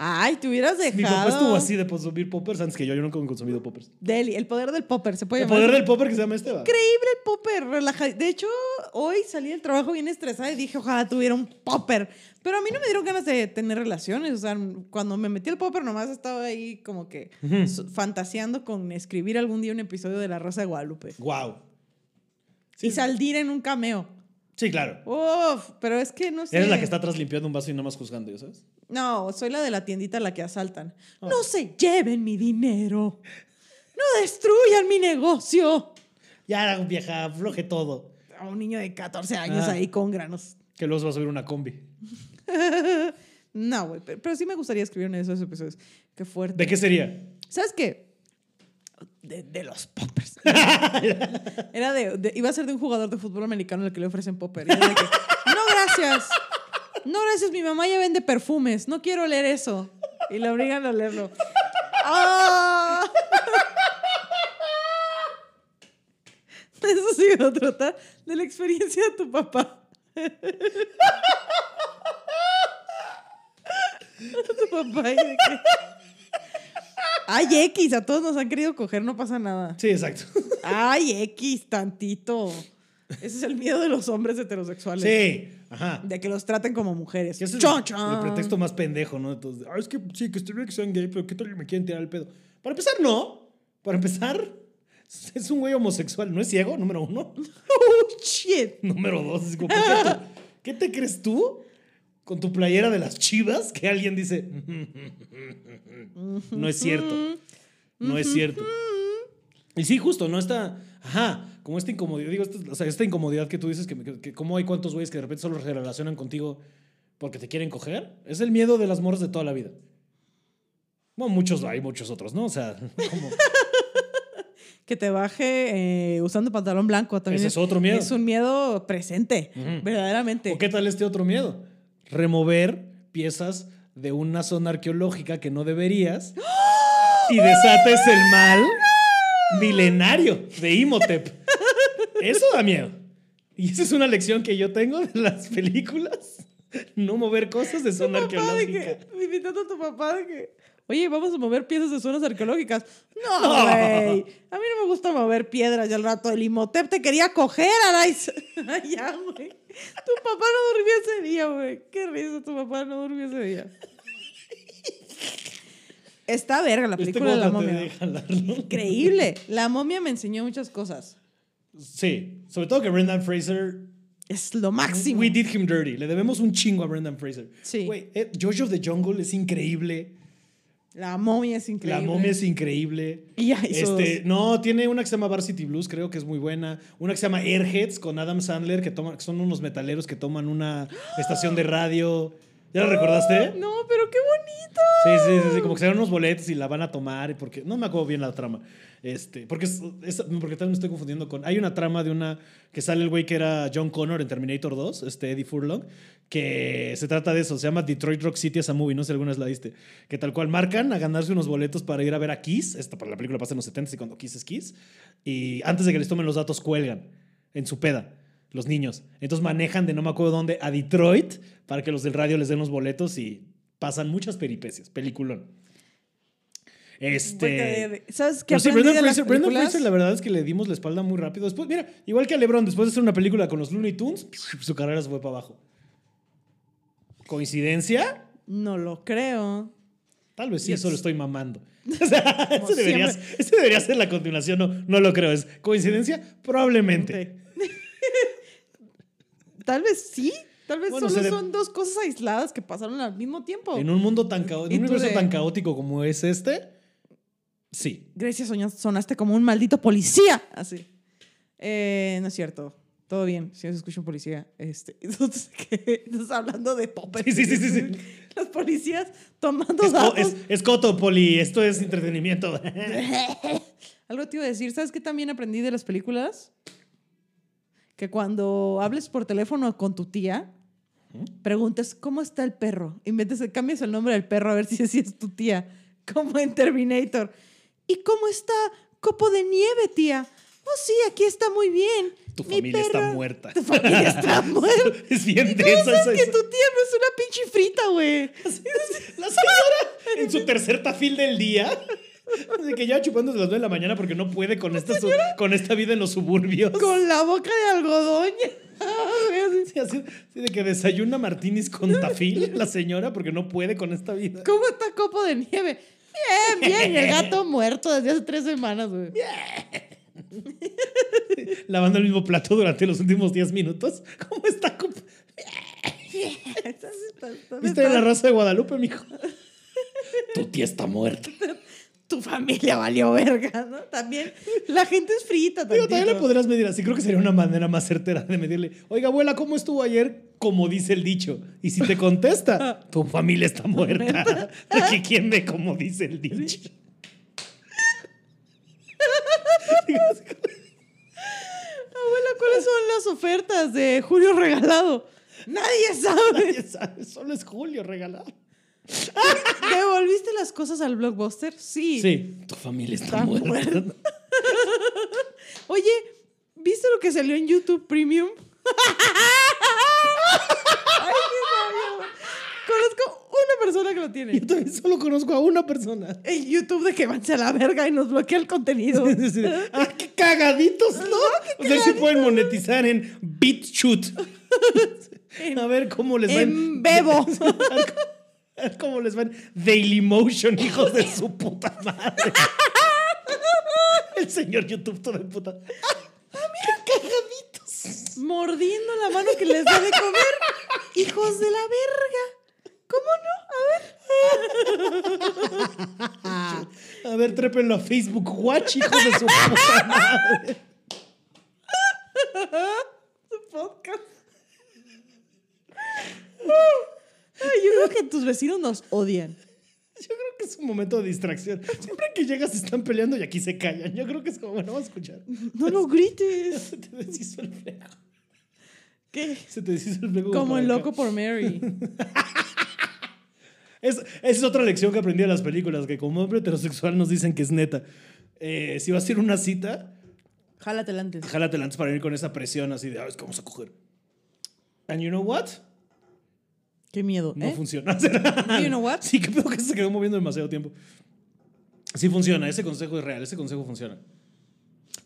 S1: Ay, te hubieras dejado.
S2: Mi papá estuvo así de consumir poppers antes que yo, yo nunca he consumido poppers.
S1: Del- el poder del popper, se puede
S2: El
S1: llamar.
S2: poder
S1: así?
S2: del popper que se llama este, Esteban.
S1: Increíble el popper, relaja. De hecho, hoy salí del trabajo bien estresada y dije, ojalá tuviera un popper. Pero a mí no me dieron ganas de tener relaciones. O sea, cuando me metí al popper, nomás estaba ahí como que so- fantaseando con escribir algún día un episodio de La Rosa de Guadalupe.
S2: Wow.
S1: Y salir en un cameo.
S2: Sí, claro.
S1: Uf, pero es que no sé.
S2: Eres la que está atrás limpiando un vaso y nada más juzgando, ¿ya sabes?
S1: No, soy la de la tiendita a la que asaltan.
S2: Oh.
S1: No se lleven mi dinero. No destruyan mi negocio.
S2: Ya, vieja, afloje todo.
S1: A un niño de 14 años
S2: Ah.
S1: ahí con granos.
S2: Que luego se va a subir una combi.
S1: No, güey, pero, pero sí me gustaría escribir uno de esos episodios. Qué fuerte.
S2: ¿De qué sería?
S1: ¿Sabes qué? De, de los poppers. Era de, de- Iba a ser de un jugador de fútbol americano al que le ofrecen popper. Y era de que, no, gracias. No, gracias. Mi mamá ya vende perfumes. No quiero leer eso. Y la obligan a leerlo. ¡Ah! Eso sí va a tratar de la experiencia de tu papá. tu papá y de que... Ay, X, a todos nos han querido coger, no pasa nada.
S2: Sí,
S1: *laughs*
S2: exacto.
S1: Ay, X, tantito. Ese es el miedo de los hombres heterosexuales.
S2: Sí, ajá.
S1: De que los traten como mujeres.
S2: Que ese es
S1: Chon,
S2: el,
S1: chon.
S2: el pretexto más pendejo, ¿no? Entonces, "Ah, es que sí, que estoy bien que sean gay, pero ¿qué tal que me quieren tirar el pedo? Para empezar, no. Para empezar, *laughs* es un güey homosexual. ¿No es ciego? Número uno.
S1: Oh, shit. *laughs*
S2: Número dos, es como, ¿por qué, tú- qué te crees tú con tu playera de las chivas que alguien dice, "Mm, *laughs* no es cierto,
S1: Mm,
S2: no es cierto? Y sí, justo, no está, ajá, como esta incomodidad, digo, esta, o sea, esta incomodidad que tú dices, que, que, que cómo hay cuantos güeyes que de repente solo se relacionan contigo porque te quieren coger, es el miedo de las morras de toda la vida. Bueno, muchos, hay muchos otros, ¿no? O sea, *laughs* como,
S1: Que te baje eh, usando pantalón blanco también.
S2: ese es otro miedo.
S1: Es un miedo presente,
S2: Ujú.
S1: verdaderamente.
S2: ¿O qué tal este otro miedo? Remover piezas de una zona arqueológica que no
S1: *gasps*
S2: deberías y desates el mal milenario de Imhotep.
S1: *laughs*
S2: Eso da miedo. Y esa es una lección que yo tengo de las películas. No mover cosas de zona
S1: Papá de
S2: arqueológica.
S1: que, invitando a tu papá de que, oye, vamos a mover piezas de zonas arqueológicas. No,
S2: No.
S1: güey. A mí no me gusta mover piedras y al rato el Imhotep te quería coger, Arais. *laughs* Ay, ya, güey. Tu papá no durmió ese día, güey. Qué risa, tu papá no durmió ese día. Está verga la
S2: ¿Viste
S1: película de la
S2: cómo traté
S1: momia.
S2: de jalarlo?
S1: Increíble. La momia me enseñó muchas cosas.
S2: Sí, sobre todo que Brendan Fraser
S1: Es lo máximo.
S2: We did him dirty. Le debemos un chingo a Brendan Fraser.
S1: Sí.
S2: Güey, eh, Jojo the Jungle es increíble.
S1: La momia es increíble.
S2: La momia es increíble.
S1: Y ya hizo
S2: Este,
S1: dos.
S2: no, tiene una que se llama Varsity Blues, creo que es muy buena. Una que se llama Airheads con Adam Sandler, que, toma, que son unos metaleros que toman una estación de radio. ¿Ya la recordaste?
S1: No, pero qué bonito.
S2: Sí, sí, sí, sí, como que se dan unos boletos y la van a tomar. y Porque, no me acuerdo bien la trama. Este, porque, es, es- porque tal vez me estoy confundiendo con. Hay una trama de una que sale el güey que era John Connor en Terminator 2, este Eddie Furlong, que se trata de eso. Se llama Detroit Rock City, esa movie, no sé si alguna vez la viste. Que tal cual marcan a ganarse unos boletos para ir a ver a Kiss. Esta para la película pasa en los 70 y cuando Kiss es Kiss. Y antes de que les tomen los datos, cuelgan en su peda. Los niños. Entonces manejan de no me acuerdo dónde a Detroit para que los del radio les den los boletos y pasan muchas peripecias. Peliculón. Este.
S1: Porque, ¿Sabes qué
S2: Pero sí,
S1: aprendí
S2: Brendan
S1: de las
S2: Fraser, Brendan
S1: películas?
S2: Fraser, la verdad es que le dimos la espalda muy rápido. Después, mira, igual que a LeBron, después de hacer una película con los Looney Tunes, su carrera se fue para abajo. ¿Coincidencia?
S1: No lo creo.
S2: Tal vez sí,
S1: Yes.
S2: eso lo estoy mamando.
S1: *laughs*
S2: *laughs* O sea,
S1: Como
S2: ese debería,
S1: siempre.
S2: ese debería ser la continuación, no, no lo creo. ¿Es coincidencia? Probablemente.
S1: Tal vez sí. Tal vez
S2: Bueno,
S1: solo
S2: se de-
S1: son dos cosas aisladas que pasaron al mismo tiempo.
S2: En un mundo tan caótico,
S1: ¿Y
S2: en un
S1: tú
S2: universo
S1: de-
S2: tan caótico como es este, sí.
S1: Grecia, soña- sonaste como un maldito policía. Así. Eh, no es cierto. Todo bien, si nos escucha un policía. Este, *laughs* entonces, ¿qué? Estás hablando de Popper.
S2: Sí, sí, sí, sí, sí.
S1: *laughs* Los policías tomando
S2: Es, co-
S1: datos.
S2: es, es coto, Poli, esto es entretenimiento. *laughs*
S1: *laughs* Algo te iba a decir. ¿Sabes qué también aprendí de las películas? Que cuando hables por teléfono con tu tía,
S2: ¿Eh?
S1: preguntes cómo está el perro. Inventes, cambias el nombre del perro a ver si, si es tu tía. Como en Terminator. ¿Y cómo está Copo de Nieve, tía? Oh, sí, aquí está muy bien.
S2: Tu
S1: Mi
S2: familia está
S1: perro-
S2: muerta.
S1: Tu familia está
S2: *laughs*
S1: muerta.
S2: Es bien
S1: ¿Cómo
S2: densa
S1: sabes
S2: esa.
S1: que tu tía no es una pinche frita,
S2: *laughs*
S1: güey? *laughs*
S2: La señora en su tercer tafil del día. *laughs* De que ya chupando de las 9 de la mañana porque no puede con esta, su- con esta vida en los suburbios.
S1: Con la boca de algodón. *laughs* Así.
S2: *laughs* Sí, así- así de que desayuna martinis con tafil la señora porque no puede con esta vida.
S1: ¿Cómo está Copo de Nieve? Bien, bien. Y el *laughs* gato muerto desde hace tres semanas, güey.
S2: Lavando el mismo plato durante los últimos 10 minutos. *laughs* ¿Cómo está? comp-
S1: Estás- estás- estás-
S2: ¿Viste la raza de Guadalupe, mijo? Tu tía está muerta.
S1: Tu familia valió verga, ¿no? También la gente es frita
S2: Digo,
S1: también.
S2: también le podrías medir así. Creo que sería una manera más certera de medirle. Oiga, abuela, ¿cómo estuvo ayer? Como dice el dicho. Y si te contesta, tu familia está *laughs* muerta. Porque ¿quién ve como dice el *laughs* dicho?
S1: Abuela, ¿cuáles son las ofertas de Julio Regalado? Nadie sabe. *laughs*
S2: Nadie sabe, solo es Julio regalado.
S1: ¿Devolviste las cosas al blockbuster? Sí.
S2: Sí, tu familia está,
S1: Está
S2: muerta.
S1: muerta. Oye, ¿viste lo que salió en YouTube Premium? *laughs* Ay, qué sabio. Conozco una persona que lo
S2: *laughs* Yo
S1: tiene.
S2: también solo conozco a una persona.
S1: En YouTube de que vanse a la verga y nos bloquea el *laughs* contenido.
S2: *laughs* Es decir, ah, qué cagaditos, ¿no? a ver si pueden monetizar en
S1: *laughs*
S2: BitChute. A ver cómo les va
S1: En Bebo.
S2: *laughs*
S1: *laughs*
S2: A ver cómo les va en Dailymotion, hijos de su puta
S1: *laughs*
S2: madre. El señor YouTube todo de puta. ¡Ah, mira! ¡Qué cagaditos!
S1: Mordiendo la mano que les da de comer. Hijos de la verga. ¿Cómo no? A ver.
S2: A ver, trépenlo a Facebook Watch, hijos de su
S1: *laughs*
S2: puta madre.
S1: tu podcast. Ay, yo creo que tus vecinos nos odian.
S2: Yo creo que es un momento de distracción. Siempre que llegas están peleando y aquí se callan. Yo creo que es como, bueno, vamos a escuchar.
S1: No lo grites.
S2: Se te deshizo el fleco.
S1: ¿Qué?
S2: Se te deshizo el fleco.
S1: Como
S2: para
S1: el
S2: acá.
S1: loco por Mary.
S2: Es, esa es otra lección que aprendí de las películas, que como hombre heterosexual nos dicen que es neta. Eh, si vas a ir a una cita,
S1: Jálatela antes.
S2: jálatela antes para ir con esa presión así de, ah, es que vamos a coger. And you know what?
S1: Qué miedo,
S2: No
S1: ¿eh?
S2: funciona. *laughs*
S1: You know what?
S2: Sí, que pedo que se quedó moviendo demasiado tiempo. Sí funciona, ese consejo es real, ese consejo funciona.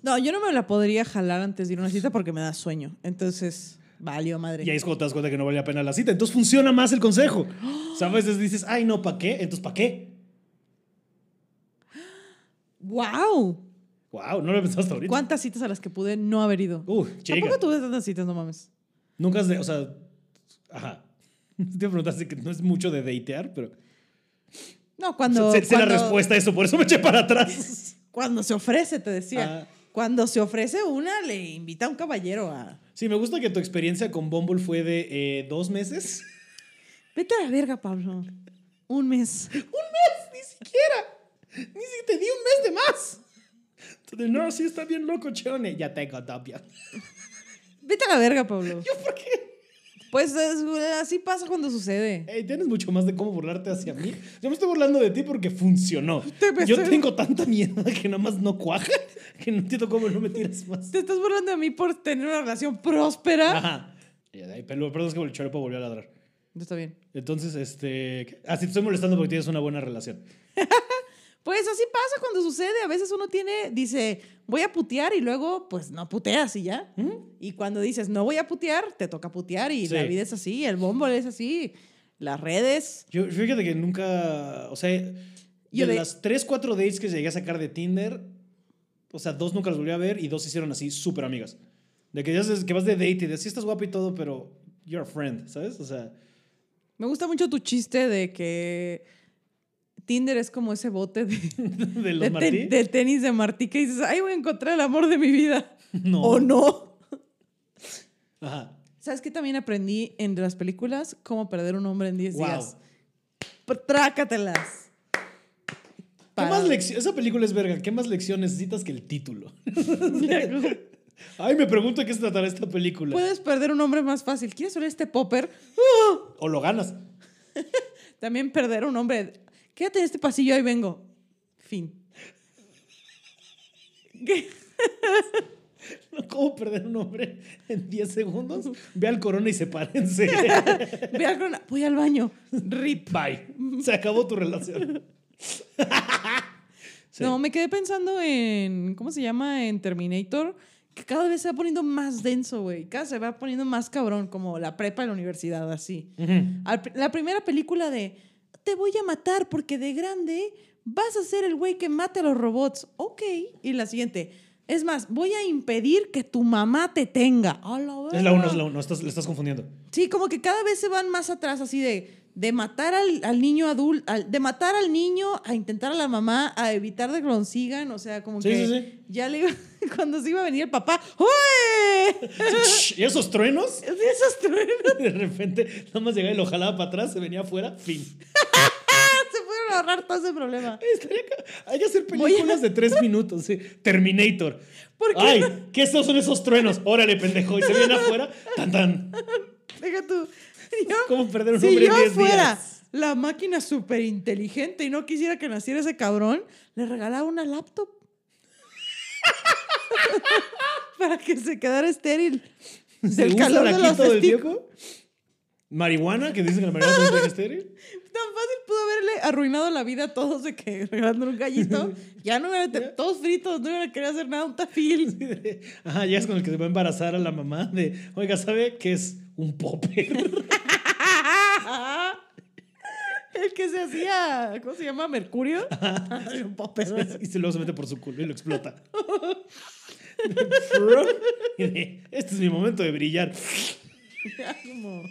S1: No, yo no me la podría jalar antes de ir a una cita porque me da sueño. Entonces, valió madre.
S2: Y ahí es cuando te das cuenta que no vale la pena la cita. Entonces funciona más
S1: *gasps*
S2: el consejo. ¿Sabes? Entonces dices, ay, no, ¿para qué? Entonces, ¿para qué?
S1: ¡Wow!
S2: Wow, no lo he pensado hasta ahorita.
S1: ¿Cuántas citas a las que pude no haber ido?
S2: Uh, chica.
S1: Tampoco tuve tantas citas, no mames.
S2: Nunca has de, o sea, ajá. *laughs* Te iba a preguntar si que no es mucho de datear, pero
S1: No, cuando.
S2: sé, sé la
S1: cuando-
S2: respuesta a eso, por eso me eché para atrás.
S1: Cuando se ofrece, te decía.
S2: Ah.
S1: Cuando se ofrece una, le invita a un caballero a.
S2: Sí, me gusta que tu experiencia con Bumble fue de eh, dos meses. *laughs*
S1: Vete a la verga, Pablo. Un mes.
S2: Ni siquiera. Ni siquiera te di un mes de más. Tú de, no, sí, está bien loco, Chone. Ya tengo novia. *laughs*
S1: Vete a la verga, Pablo.
S2: ¿Yo por qué?
S1: Pues es- así pasa cuando sucede.
S2: Ey, tienes mucho más de cómo burlarte hacia mí. Yo me estoy burlando de ti porque funcionó.
S1: Te besé.
S2: Yo tengo tanta mierda que nada más no cuaja, *laughs* que no entiendo cómo no me tiras más.
S1: Te estás burlando de mí por tener una relación próspera.
S2: Ajá. Y de ahí, pelu- perdón, es que el choropo volvió a ladrar.
S1: No está bien.
S2: Entonces, este. ¿qué? Ah, sí, te estoy molestando porque tienes una buena relación.
S1: Pues así pasa cuando sucede. A veces uno tiene, dice, voy a putear y luego, pues no puteas y ya. Y cuando dices, no voy a putear, te toca putear y
S2: Sí.
S1: la vida es así, el bombo es así, las redes.
S2: Yo, fíjate que nunca. O sea, de
S1: Yo de-
S2: las 3, 4 dates que llegué a sacar de Tinder, o sea, dos nunca las volví a ver y dos se hicieron así súper amigas. De que ya sabes que vas de date y de sí estás guapo y todo, pero you're a friend, ¿sabes? O sea, *laughs*
S1: Me gusta mucho tu chiste de que Tinder es como ese bote de,
S2: de *laughs* los
S1: de
S2: Martí.
S1: ten- de tenis de Martí que dices, ay, voy a encontrar el amor de mi vida.
S2: No.
S1: O no.
S2: Ajá.
S1: ¿Sabes qué también aprendí en las películas? Cómo perder un hombre en 10
S2: Wow.
S1: días. P- Trácatelas.
S2: ¿Qué más lección? Esa película es verga. ¿Qué más lección necesitas que el título? *laughs* Ay, me pregunto de qué se tratará esta
S1: *laughs*
S2: película.
S1: Puedes perder un hombre más fácil. ¿Quieres oler este popper?
S2: O lo ganas.
S1: También perder un hombre. Quédate en este pasillo, ahí vengo. Fin. ¿Qué?
S2: ¿Cómo perder un hombre en
S1: *laughs*
S2: 10 segundos? Ve al corona y sepárense.
S1: Ve al corona. Voy al baño. *laughs* Rip.
S2: Bye. Se acabó
S1: *laughs*
S2: tu relación. Sí.
S1: No, me quedé pensando en. ¿Cómo se llama? En Terminator. Que cada vez se va poniendo más denso, güey. Cada se va poniendo más cabrón, como la prepa y la universidad, así.
S2: Ujú.
S1: Al pr- La primera película de te voy a matar porque de grande vas a ser el güey que mate a los robots. Ok. Y la siguiente. Es más, voy a impedir que tu mamá te tenga. A la
S2: Es la 1,
S1: verga.
S2: es la 1. Estás, le
S1: *laughs*
S2: estás confundiendo.
S1: Sí, como que cada vez se van más atrás así de, de matar al, al niño adulto, de matar al niño, a intentar a la mamá, a evitar de que lo consigan. O sea, como
S2: Sí,
S1: que
S2: sí, sí.
S1: ya le iba, *laughs* cuando se iba a venir el papá, *laughs* ¡Ué!
S2: ¿Y esos truenos? *laughs*
S1: Esos truenos
S2: De repente, nada más llegaba y lo jalaba para atrás, se venía afuera, fin.
S1: *laughs* se fueron a ahorrar todo ese problema.
S2: Estaría ca- Hay que hacer
S1: Voy a-
S2: películas de 3 minutos. sí. Terminator.
S1: ¿Por qué
S2: Ay, ¿qué estos son esos truenos? Órale, pendejo. Y se viene afuera, tan tan.
S1: Deja tú. *laughs* Yo-
S2: ¿Cómo perder un
S1: si
S2: hombre en
S1: yo
S2: 10
S1: fuera
S2: días?
S1: la máquina súper inteligente y no quisiera que naciera ese cabrón, le regalaba una laptop. *laughs* Para que se quedara estéril. Del
S2: ¿Según
S1: calor de
S2: Saraquito
S1: los
S2: del
S1: testículos.
S2: Piojo? ¿Marihuana? Que dicen que la marihuana también deja estéril. *laughs*
S1: Tan fácil pudo haberle arruinado la vida a todos de que *laughs* regalando un gallito. Ya no hubiera te- todos fritos, no hubiera querido hacer nada, un tafil.
S2: Ajá, ya es con el que se va a embarazar a la mamá de, oiga, ¿sabe qué es un popper? *laughs*
S1: Ah, El que se hacía, ¿cómo se llama? Mercurio. *laughs* Era un popper.
S2: y se luego se mete por su culo y lo explota. *laughs* Y de, este es mi momento de brillar. *laughs*
S1: Era como-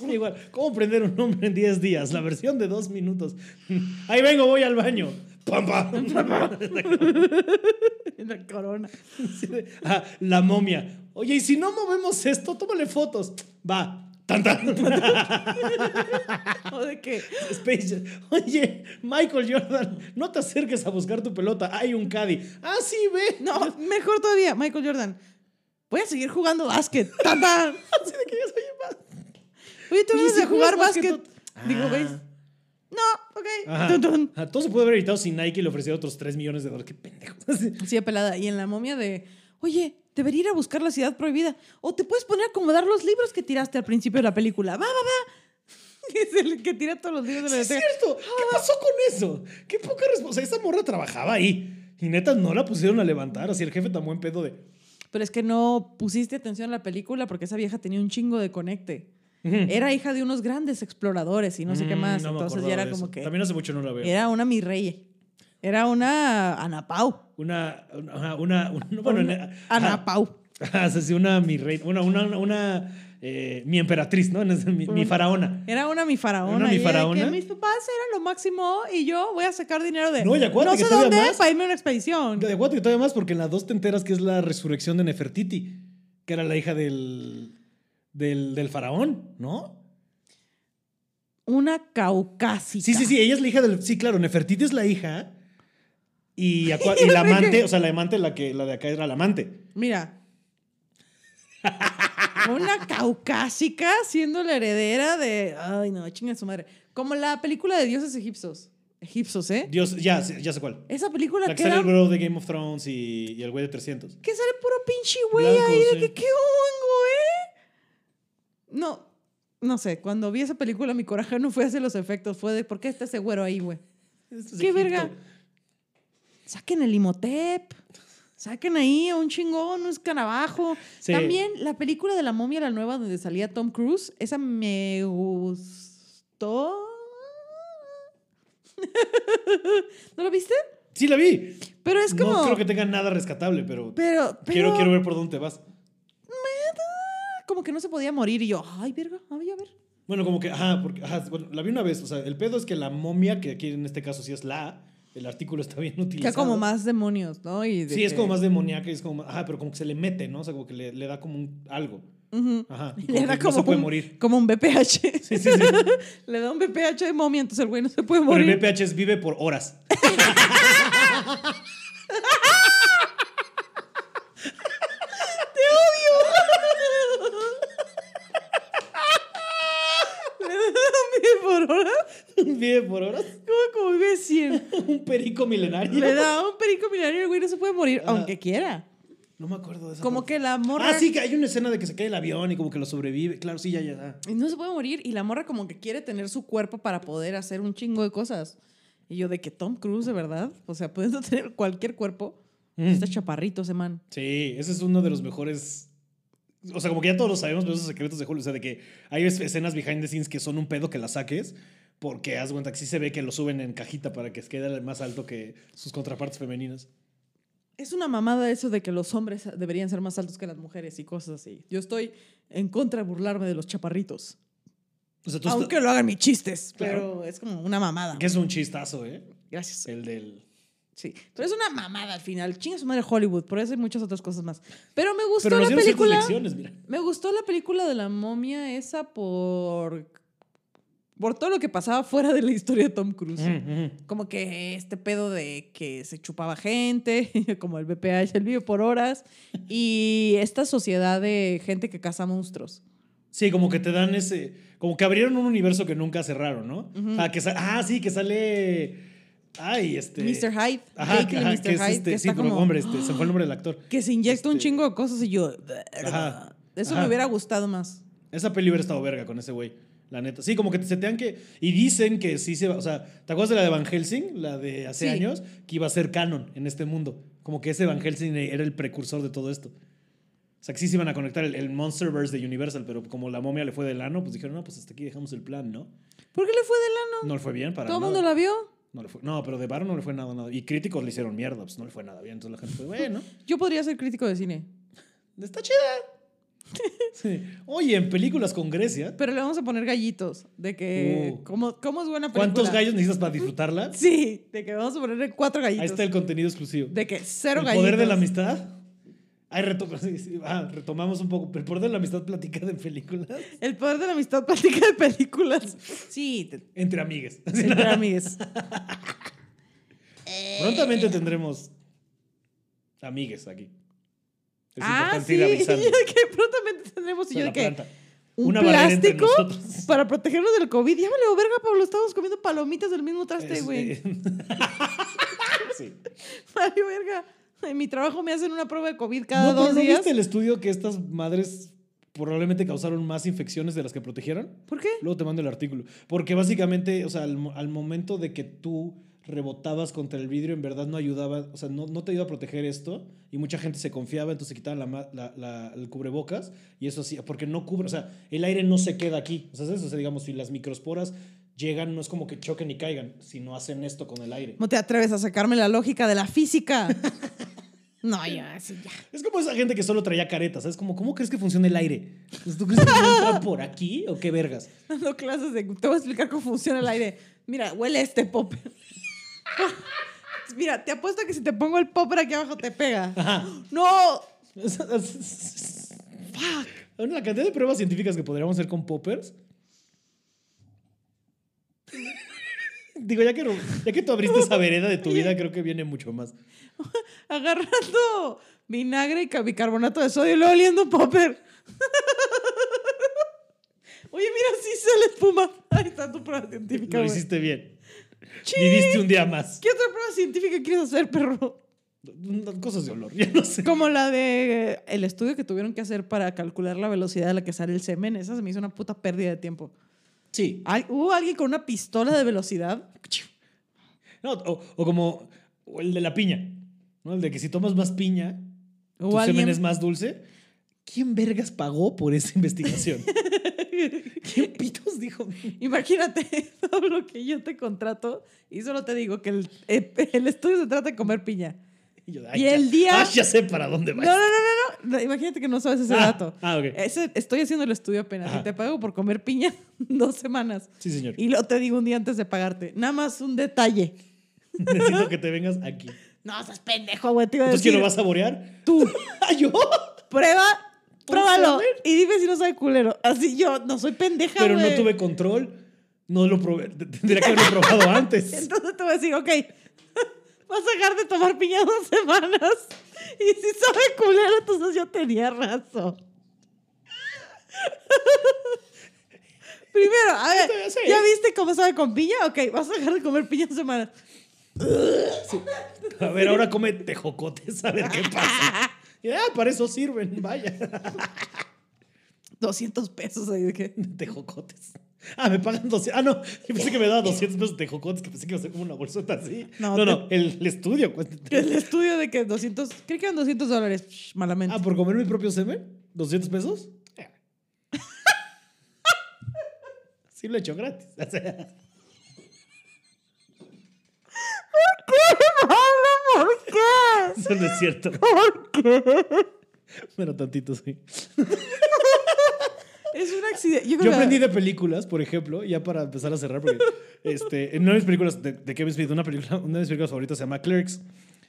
S2: Sí, Igual, ¿cómo prender un hombre en 10 días? La versión de 2 minutos. *laughs* Ahí vengo, voy al baño. Pam, pam. *laughs*
S1: La corona.
S2: Sí, de- ah, la momia. Oye, y si no movemos esto, tómale fotos. Va. Tan, tan.
S1: O de que
S2: *laughs* Space Jam. Oye, Michael Jordan, no te acerques a buscar tu pelota. Hay un caddy. Ah, sí, ve. *laughs*
S1: No, mejor todavía, Michael Jordan. Voy a seguir jugando básquet. Tan, tan.
S2: Así de que ya soy en bas-
S1: Oye, tú
S2: Oye,
S1: vienes
S2: si
S1: de jugar
S2: juegas
S1: básquet.
S2: básquet,
S1: Digo,
S2: ah.
S1: ¿veis? No, ok.
S2: Ajá.
S1: Tun, tun.
S2: Ajá, Todo se puede haber evitado si Nike le ofrecía otros 3 millones de dólares. Qué pendejo. *laughs* Así.
S1: Sí, pelada. Y en la momia de, oye, debería ir a buscar la ciudad prohibida. O te puedes poner a acomodar los libros que tiraste al principio de la película. Va, va, va. *laughs* Es el que tira todos los libros de la
S2: Sí, es
S1: biblioteca.
S2: cierto.
S1: Ah.
S2: ¿Qué pasó con eso? Qué poca responsabilidad. Esa morra trabajaba ahí. Y neta, no la pusieron a levantar. Así el jefe tan buen pedo de.
S1: Pero es que no pusiste atención a la película porque esa vieja tenía un chingo de conecte.
S2: Ujú.
S1: Era hija de unos grandes exploradores y Eh, no sé qué
S2: Mm,
S1: más.
S2: no me
S1: Entonces
S2: acordaba
S1: ya era
S2: de
S1: como
S2: eso.
S1: que...
S2: También hace mucho no la veo.
S1: Era una mi rey. Era una Anapau.
S2: Una. Una. una, una- bueno,
S1: Una-
S2: en- ajá.
S1: Anapau.
S2: *laughs* Ajá, o sea, sí, una mi reina, una, una, una eh, mi emperatriz, ¿no? En ese- Mi, mi faraona.
S1: Era una mi faraona.
S2: Una mi
S1: y era de
S2: faraona.
S1: que mis papás eran lo máximo y yo voy a sacar dinero de.
S2: No, y acuérdate que
S1: sé
S2: todavía
S1: dónde
S2: más.
S1: para irme a una expedición.
S2: De acuérdate que todavía más, porque en las dos te enteras que es la resurrección de Nefertiti, que era la hija del, del, del faraón, ¿no?
S1: Una caucásica.
S2: Sí, sí, sí, ella es la hija del... Sí, claro, Nefertiti es la hija y, acua-
S1: *laughs*
S2: y la amante, o sea, la amante, la, que, la de acá era la amante.
S1: Mira. Una caucásica siendo la heredera de. Ay, no, chinga su madre. Como la película de dioses egipcios. Egipcios, ¿eh?
S2: Dios, ya, sé- ya sé cuál.
S1: Esa película
S2: La que
S1: que
S2: sale
S1: era.
S2: el bro de Game of Thrones y, y el güey de 300.
S1: Que sale puro pinche güey
S2: Blanco,
S1: ahí de
S2: sí.
S1: que qué hongo, ¿eh? No, no sé, cuando vi esa película mi coraje no fue hacia los efectos, fue de ¿por qué está ese güero ahí, güey?
S2: Esto Este es
S1: ¡Qué
S2: Egipto.
S1: verga! Saquen el Imhotep. Saquen ahí a un chingón, un escarabajo.
S2: Sí.
S1: También la película de la momia, la nueva, donde salía Tom Cruise, esa me gustó. *laughs* ¿No lo viste?
S2: Sí, la vi.
S1: Pero es como.
S2: No creo que tenga nada rescatable, pero,
S1: pero, pero
S2: Quiero, quiero ver por dónde te vas.
S1: como que no se podía morir y yo, ay, verga, ay, a ver.
S2: Bueno, como que, ajá, porque, ajá, bueno, la vi una vez, o sea, el pedo es que la momia, que aquí en este caso sí es la, el artículo está bien
S1: Que
S2: utilizado.
S1: como más demonios, ¿no? Y de
S2: Sí, es
S1: que-
S2: como más demoníaca y es como más, ajá, pero como que se le mete, ¿no? O sea, como que le, le da como un algo.
S1: Ujú.
S2: Ajá. y
S1: Le da
S2: que
S1: como,
S2: no se puede
S1: un, *laughs*
S2: morir.
S1: como un BPH.
S2: Sí, sí, sí.
S1: *laughs* Le da un BPH de momia, entonces el güey no se puede
S2: Pero el
S1: morir.
S2: BPH es vive por horas. *laughs*
S1: *laughs* Le da un mil por hora.
S2: vive por horas. *laughs*
S1: Como, como vive 100.
S2: Un perico milenario.
S1: Le da un perico milenario y el güey no se puede morir,
S2: Ajá.
S1: aunque quiera.
S2: No me acuerdo de eso.
S1: Como que la morra.
S2: Ah, sí, que hay una escena de que se cae el avión y como que lo sobrevive. Claro, sí, ya, ya. ah.
S1: Y no se puede morir. Y la morra como que quiere tener su cuerpo para poder hacer un chingo de cosas. Y yo de que Tom Cruise, de verdad. O sea, puedes *laughs* tener cualquier cuerpo.
S2: Mm.
S1: Está chaparrito ese man.
S2: Sí, ese es uno de los mejores. O sea, como que ya todos lo sabemos, pero esos secretos de Hollywood. O sea, de que hay es- escenas behind the scenes que son un pedo que las saques. Porque haz cuenta que sí se ve que lo suben en cajita para que quede más alto que sus contrapartes femeninas.
S1: Es una mamada eso de que los hombres deberían ser más altos que las mujeres y cosas así. Yo estoy en contra de burlarme de los chaparritos.
S2: O sea, tú
S1: aunque
S2: estás-
S1: lo hagan mis chistes,
S2: Claro.
S1: pero es como una mamada.
S2: que es un chistazo, ¿eh?
S1: Gracias.
S2: El del.
S1: Sí. Pero es una mamada al final. Chinga su madre Hollywood. Por eso hay muchas otras cosas más. Pero me gustó
S2: Pero nos
S1: la
S2: dieron ciertas
S1: película.
S2: lecciones, mira.
S1: Me gustó la película de la momia esa por. por todo lo que pasaba fuera de la historia de Tom Cruise.
S2: Mm, mm.
S1: Como que este pedo de que se chupaba gente, *laughs* como el
S2: *laughs*
S1: BPH, el vive por horas, y esta sociedad de gente que caza monstruos.
S2: Sí, como que te dan ese. Como que abrieron un universo que nunca cerraron, ¿no?
S1: Ujú.
S2: ah, que sa- ah, sí, que sale. Ay, este.
S1: Mr. Hyde.
S2: Ajá,
S1: Jekyll y
S2: ajá,
S1: Mr.
S2: que es
S1: Hyde,
S2: este-
S1: que
S2: sí,
S1: está
S2: pero
S1: como-
S2: hombre, este, se fue el nombre del actor.
S1: Que se inyecta un
S2: Este-
S1: chingo de cosas y yo.
S2: Ajá,
S1: Eso
S2: ajá.
S1: me hubiera gustado más.
S2: Esa peli hubiera estado verga con ese güey. La neta. Sí, como que se te dan que. Y dicen que sí se va. O sea, ¿te acuerdas de la de Van Helsing? La de hace
S1: Sí.
S2: años. Que iba a ser canon en este mundo. Como que ese Van Helsing era el precursor de todo esto. O sea, que sí se iban a conectar el, el Monsterverse de Universal, pero como la momia le fue del ano, pues dijeron, no, pues hasta aquí dejamos el plan, ¿no?
S1: ¿Por qué le fue del ano?
S2: No le fue bien para
S1: Todo el
S2: nada.
S1: mundo la vio.
S2: No, le fue- no, pero de Varo no le fue nada, nada. Y críticos le hicieron mierda, pues no le fue nada bien. Entonces la gente fue, bueno,
S1: Yo podría ser crítico de cine.
S2: está chida.
S1: *laughs*
S2: Sí. Oye, en películas con Grecia,
S1: Pero le vamos a poner gallitos. De que.
S2: Uh.
S1: ¿cómo, ¿Cómo es buena película?
S2: ¿cuántos gallos necesitas para disfrutarla?
S1: Sí, de que vamos a ponerle cuatro gallitos.
S2: Ahí está el contenido exclusivo.
S1: De que cero
S2: el
S1: gallitos.
S2: poder de la amistad. Ay, retom- *laughs* sí, sí, ah, retomamos un poco. El poder de la amistad platicada en películas
S1: El poder de la amistad platica de películas. Sí, *laughs* te-
S2: entre *laughs* amigas.
S1: entre amigues. Eh.
S2: Prontamente tendremos amigues aquí. Es
S1: ah,
S2: importante
S1: sí.
S2: ir
S1: *laughs* Yo
S2: avisando.
S1: de que prontamente tendremos
S2: O
S1: y yo
S2: sea,
S1: de
S2: la
S1: que
S2: planta.
S1: un
S2: Una barrera entre
S1: plástico
S2: nosotros.
S1: para protegernos del COVID. Ya vale, verga, Pablo. Estamos comiendo palomitas del mismo traste, *laughs*
S2: Es-
S1: güey.
S2: eh, *laughs* sí.
S1: Vale, verga. En mi trabajo me hacen una prueba de COVID cada
S2: No, pero
S1: dos
S2: ¿no
S1: días.
S2: viste el estudio que estas madres probablemente causaron más infecciones de las que protegieron?
S1: ¿Por qué?
S2: Luego te mando el artículo. Porque básicamente, o sea, al, mo- al momento de que tú rebotabas contra el vidrio, en verdad no ayudaba, o sea, no, no te iba a proteger esto. Y mucha gente se confiaba, entonces se quitaban la, ma- la- la- el cubrebocas. Y eso hacía, porque no cubre, o sea, el aire no se queda aquí. O sea, ¿sabes? O sea, digamos, si las microsporas llegan, no es como que choquen y caigan, sino hacen esto con el aire.
S1: No te atreves a sacarme la lógica de la
S2: *laughs*
S1: física. no, ya, sí, ya.
S2: Es como esa gente que solo traía caretas, ¿sabes? Como, ¿cómo crees que funciona el aire? Pues, ¿Tú crees que entra por aquí o qué vergas?
S1: *laughs* dando clases de. Te voy a explicar cómo funciona el aire. Mira, huele este pop. *laughs* Mira, te apuesto que si te pongo el popper aquí abajo te pega.
S2: Ajá.
S1: ¡No!
S2: Bueno, la cantidad de pruebas científicas que podríamos hacer con poppers. *laughs* Digo, ya que, ya que tú abriste esa vereda de tu vida, creo que viene mucho más.
S1: Agarrando vinagre y ca- bicarbonato de sodio y luego oliendo popper. *laughs* Oye, mira, sí sale espuma. Ahí está tu prueba científica,
S2: Lo
S1: güey.
S2: hiciste bien.
S1: Chi.
S2: Viviste un día más.
S1: ¿Qué otra prueba científica quieres hacer, perro?
S2: Cosas de olor, ya no sé.
S1: Como la de eh, el estudio que tuvieron que hacer para calcular la velocidad a la que sale el semen. Esa se me hizo una puta pérdida de tiempo.
S2: Sí.
S1: Al- ¿Hubo alguien con una pistola de velocidad?
S2: No, o, o como o el de la piña. ¿no? El de que si tomas más piña,
S1: ¿O
S2: tu
S1: alguien?
S2: semen es más dulce. ¿Quién vergas pagó por esa
S1: *laughs*
S2: investigación? ¿Quién pitos dijo?
S1: Imagínate *laughs* todo lo que yo te contrato y solo te digo que el, eh, el estudio se trata de comer piña.
S2: Y, yo,
S1: Y el día-
S2: ah, ya sé para dónde
S1: No,
S2: va.
S1: no, no, no, no. No, Imagínate que no sabes ese
S2: Ah,
S1: dato. Eh,
S2: ah, ok.
S1: Ese- estoy haciendo el estudio apenas
S2: Ajá.
S1: y te pago por comer piña *laughs* dos semanas.
S2: Sí, señor.
S1: Y lo te digo un día antes de pagarte. Nada más un detalle.
S2: *laughs* Necesito que te vengas
S1: *laughs*
S2: aquí.
S1: No, seas pendejo, güey. Te iba a
S2: Entonces, ¿quién
S1: decir.
S2: lo va a saborear?
S1: Tú.
S2: *laughs* ¡Ah, yo!
S1: Prueba,
S2: ¿Tú
S1: pruébalo.
S2: sabes?
S1: Y dime si no sabe culero. Así yo no soy pendeja,
S2: Pero no
S1: güey.
S2: tuve control. No lo probé. T- Tendría que
S1: *laughs*
S2: haberlo probado antes.
S1: Entonces te voy a decir, ok, *laughs* vas a dejar de tomar piña dos semanas. Y si sabe culero, entonces yo tenía razón. *laughs* Primero, a ver,
S2: Sí, sí.
S1: ¿ya viste cómo sabe con piña? Ok, vas a dejar de comer piña dos semanas.
S2: A ver, ahora come tejocotes a ver qué
S1: *laughs*
S2: pasa. Y, ah, para eso sirven, vaya. *laughs*
S1: 200 pesos ahí de que...
S2: Tejocotes. Ah, me pagan 200. Ah, no. Yo pensé que me daba 200 pesos de tejocotes, que pensé que iba a ser como una bolsota así. No,
S1: No,
S2: no.
S1: te-
S2: el, el estudio cuesta.
S1: *laughs* que El estudio de que 200, creo que eran 200 dólares, Psh, malamente.
S2: Ah, por comer mi propio semen, 200 pesos. *laughs* Eh. Sí, lo he hecho gratis. *laughs* O sea, Ah.
S1: *laughs* ¡Pablo, ¿por qué?
S2: eso no es *laughs* cierto. Pero tantito, sí.
S1: Es un accidente. Yo, creo
S2: Yo
S1: que-
S2: aprendí de películas, por ejemplo, ya para empezar a cerrar, porque este, en una de mis películas de, de Kevin Smith, una, película, una de mis películas favoritas se llama Clerks.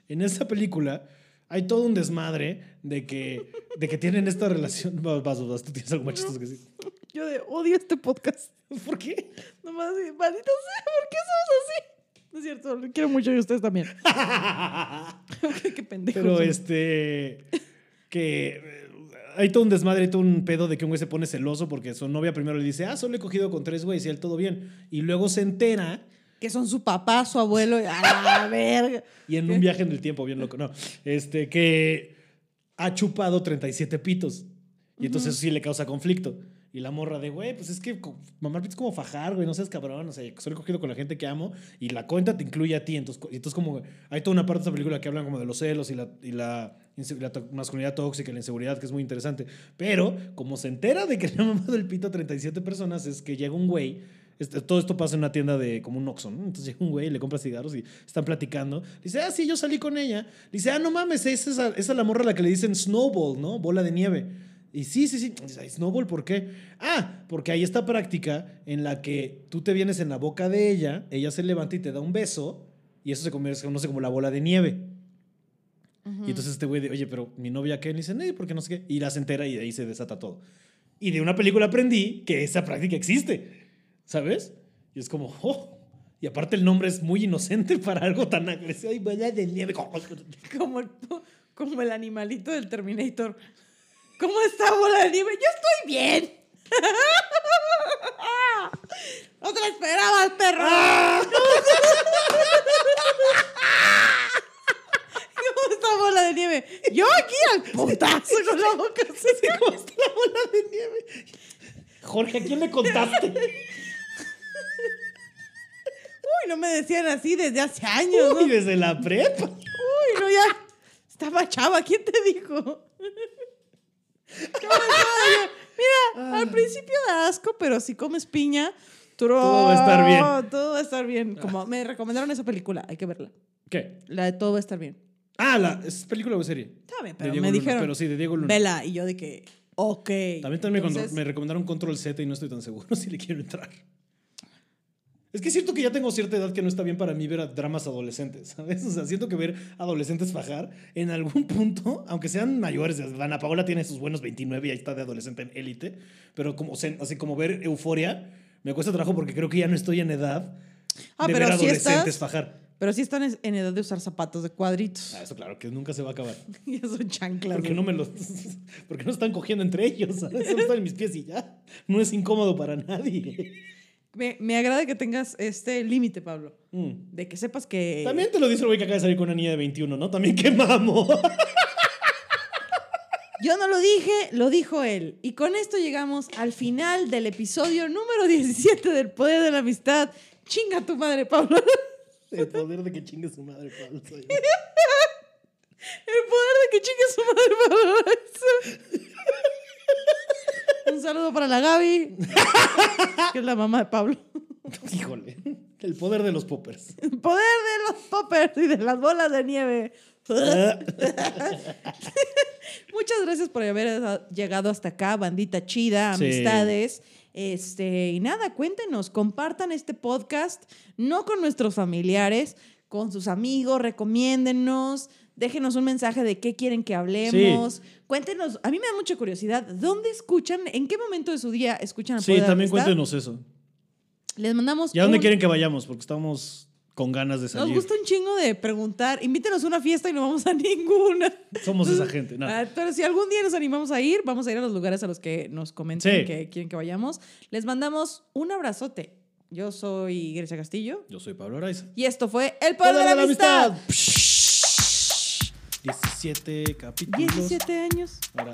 S2: En esa película hay todo un desmadre de que, de que tienen esta relación. *laughs* Vas, vas, vas, tú tienes algo más chistoso que decir.
S1: yo de odio este podcast.
S2: ¿Por *laughs* qué?
S1: Nomás así, maldita eh, sea, ¿por qué somos así? No es cierto, lo quiero mucho y ustedes también. *laughs* qué, qué pendejos.
S2: Pero
S1: güey.
S2: este. Que. eh, hay todo un desmadre, hay todo un pedo de que un güey se pone celoso porque su novia primero le dice, ah, solo he cogido con tres güeyes y él todo bien. Y luego se entera
S1: Que son su papá, su abuelo. y- A la verga.
S2: y en un viaje en el tiempo, bien loco, no, este, que ha chupado 37 pitos. Y entonces eso sí le causa conflicto. Y la morra de, güey, pues es que co- mamar pito es como fajar, güey, no seas cabrón, o sea, solo he cogido con la gente que amo y la cuenta te incluye a ti. Entonces, co- y entonces como, hay toda una parte de esta película que hablan como de los celos y la, y la, inse- la to- masculinidad tóxica y la inseguridad, que es muy interesante. Pero como se entera de que *laughs* le ha mamado el pito a 37 personas, es que llega un güey este, todo esto pasa en una tienda de como un Oxxo, ¿no? Entonces llega un güey, le compra cigarros y están platicando. Dice, ah, sí, yo salí con ella. Dice, ah, no mames, esa es, a- esa es la morra a la que le dicen snowball, ¿no? Bola de nieve. Y sí, sí, sí. Dice, "Ay, snowball, ¿por qué? Ah, porque hay esta práctica en la que tú te vienes en la boca de ella, ella se levanta y te da un beso y eso se convierte, no sé, como la bola de nieve. Y entonces este güey de, oye, pero mi novia qué? Le dicen, eh, ¿por qué no sé qué? Y la se entera y de ahí se desata todo. Y de una película aprendí que esa práctica existe, ¿sabes? Y es como, oh. Y aparte el nombre es muy inocente *laughs* para algo tan agresivo. Ay, bola de nieve.
S1: *laughs* Como el, como el animalito del Terminator. ¿Cómo está bola de nieve? Yo estoy bien. *laughs* No te lo esperabas, perro. *laughs* ¿Cómo está bola de nieve? Yo aquí al putazo con la boca
S2: *laughs*
S1: así.
S2: ¿Cómo está la bola de nieve? Jorge, ¿a quién le contaste?
S1: Uy, no me decían así desde hace *laughs* años, ¿no?
S2: Y desde la prepa.
S1: Uy, no, ya. Estaba chava, ¿quién te dijo? *laughs* Chava, estaba yo.
S2: Ah.
S1: Mira, al principio da asco, pero si comes piña, tro-
S2: Todo va a estar bien.
S1: Todo va a estar bien. Como me recomendaron esa película, hay que verla.
S2: ¿Qué?
S1: La de todo va a estar bien.
S2: Ah, la, ¿es película o serie?
S1: Está bien,
S2: De
S1: pero me
S2: Diego Luna,
S1: dijeron.
S2: pero sí, de Diego Luna.
S1: Vela, y yo de que, ok.
S2: También, también me con-
S1: Entonces,
S2: me recomendaron Control Z y no estoy tan seguro *laughs* si le quiero entrar. Es que es cierto que ya tengo cierta edad que no está bien para mí ver a dramas adolescentes, *laughs* ¿sabes? O sea, siento que ver adolescentes fajar en algún punto, aunque sean mayores, Ana Paola tiene sus buenos 29 y ahí está de adolescente en élite, pero como, se- así como ver Euforia me cuesta trabajo porque creo que ya no estoy en edad
S1: Ah,
S2: de
S1: pero
S2: ver
S1: sí
S2: adolescentes
S1: estás-
S2: fajar.
S1: Pero sí están es- en edad de usar zapatos de cuadritos. *laughs*
S2: Ah, eso claro, que nunca se va a acabar.
S1: Ya son chanclas.
S2: Porque no me los. *laughs* Porque no están cogiendo entre ellos, *laughs* ¿sabes? Solo están en mis pies y ya. No es incómodo para nadie.
S1: Me, me agrada que tengas este límite, Pablo.
S2: Mm.
S1: De que sepas que.
S2: También te lo dice el güey que acaba de salir con una niña de 21, ¿no? También qué mamo.
S1: Yo no lo dije, lo dijo él. Y con esto llegamos al final del episodio número 17 del Poder de la Amistad. Chinga tu madre, Pablo. *laughs* El
S2: El poder de que chingue su madre, Pablo. soy yo.
S1: poder de que chinga su madre, Pablo. Lorenzo. *laughs* Un saludo para la Gaby, que es la mamá de Pablo.
S2: *laughs*
S1: *laughs*
S2: Híjole. El poder de los *laughs* poppers.
S1: El poder de los poppers y de las bolas de nieve.
S2: Ah.
S1: Muchas gracias por haber llegado hasta acá, bandita chida,
S2: Sí.
S1: amistades. Este, y nada, cuéntenos, compartan este podcast, no con nuestros familiares, con sus amigos, recomiéndennos, déjenos un mensaje de qué quieren que hablemos. Cuéntenos, a mí me da mucha curiosidad, ¿dónde escuchan? ¿En qué momento de su día escuchan a
S2: Sí,
S1: Poder de
S2: también
S1: Amistad?
S2: cuéntenos eso.
S1: Les mandamos
S2: ¿Y a dónde
S1: un-
S2: quieren que vayamos? Porque estamos con ganas de
S1: Nos
S2: salir.
S1: gusta un chingo de preguntar. Invítenos a una fiesta y no vamos a *laughs* ninguna.
S2: Somos esa gente. no.
S1: Ah, pero si algún día nos animamos a ir, vamos a ir a los lugares a los que nos comenten
S2: Sí.
S1: que quieren que vayamos. Les mandamos un abrazote. Yo soy Grecia Castillo
S2: Yo soy Pablo Araiza.
S1: y esto fue El Poder de la, amistad.
S2: 17 capítulos.
S1: 17 años.
S2: Ahora.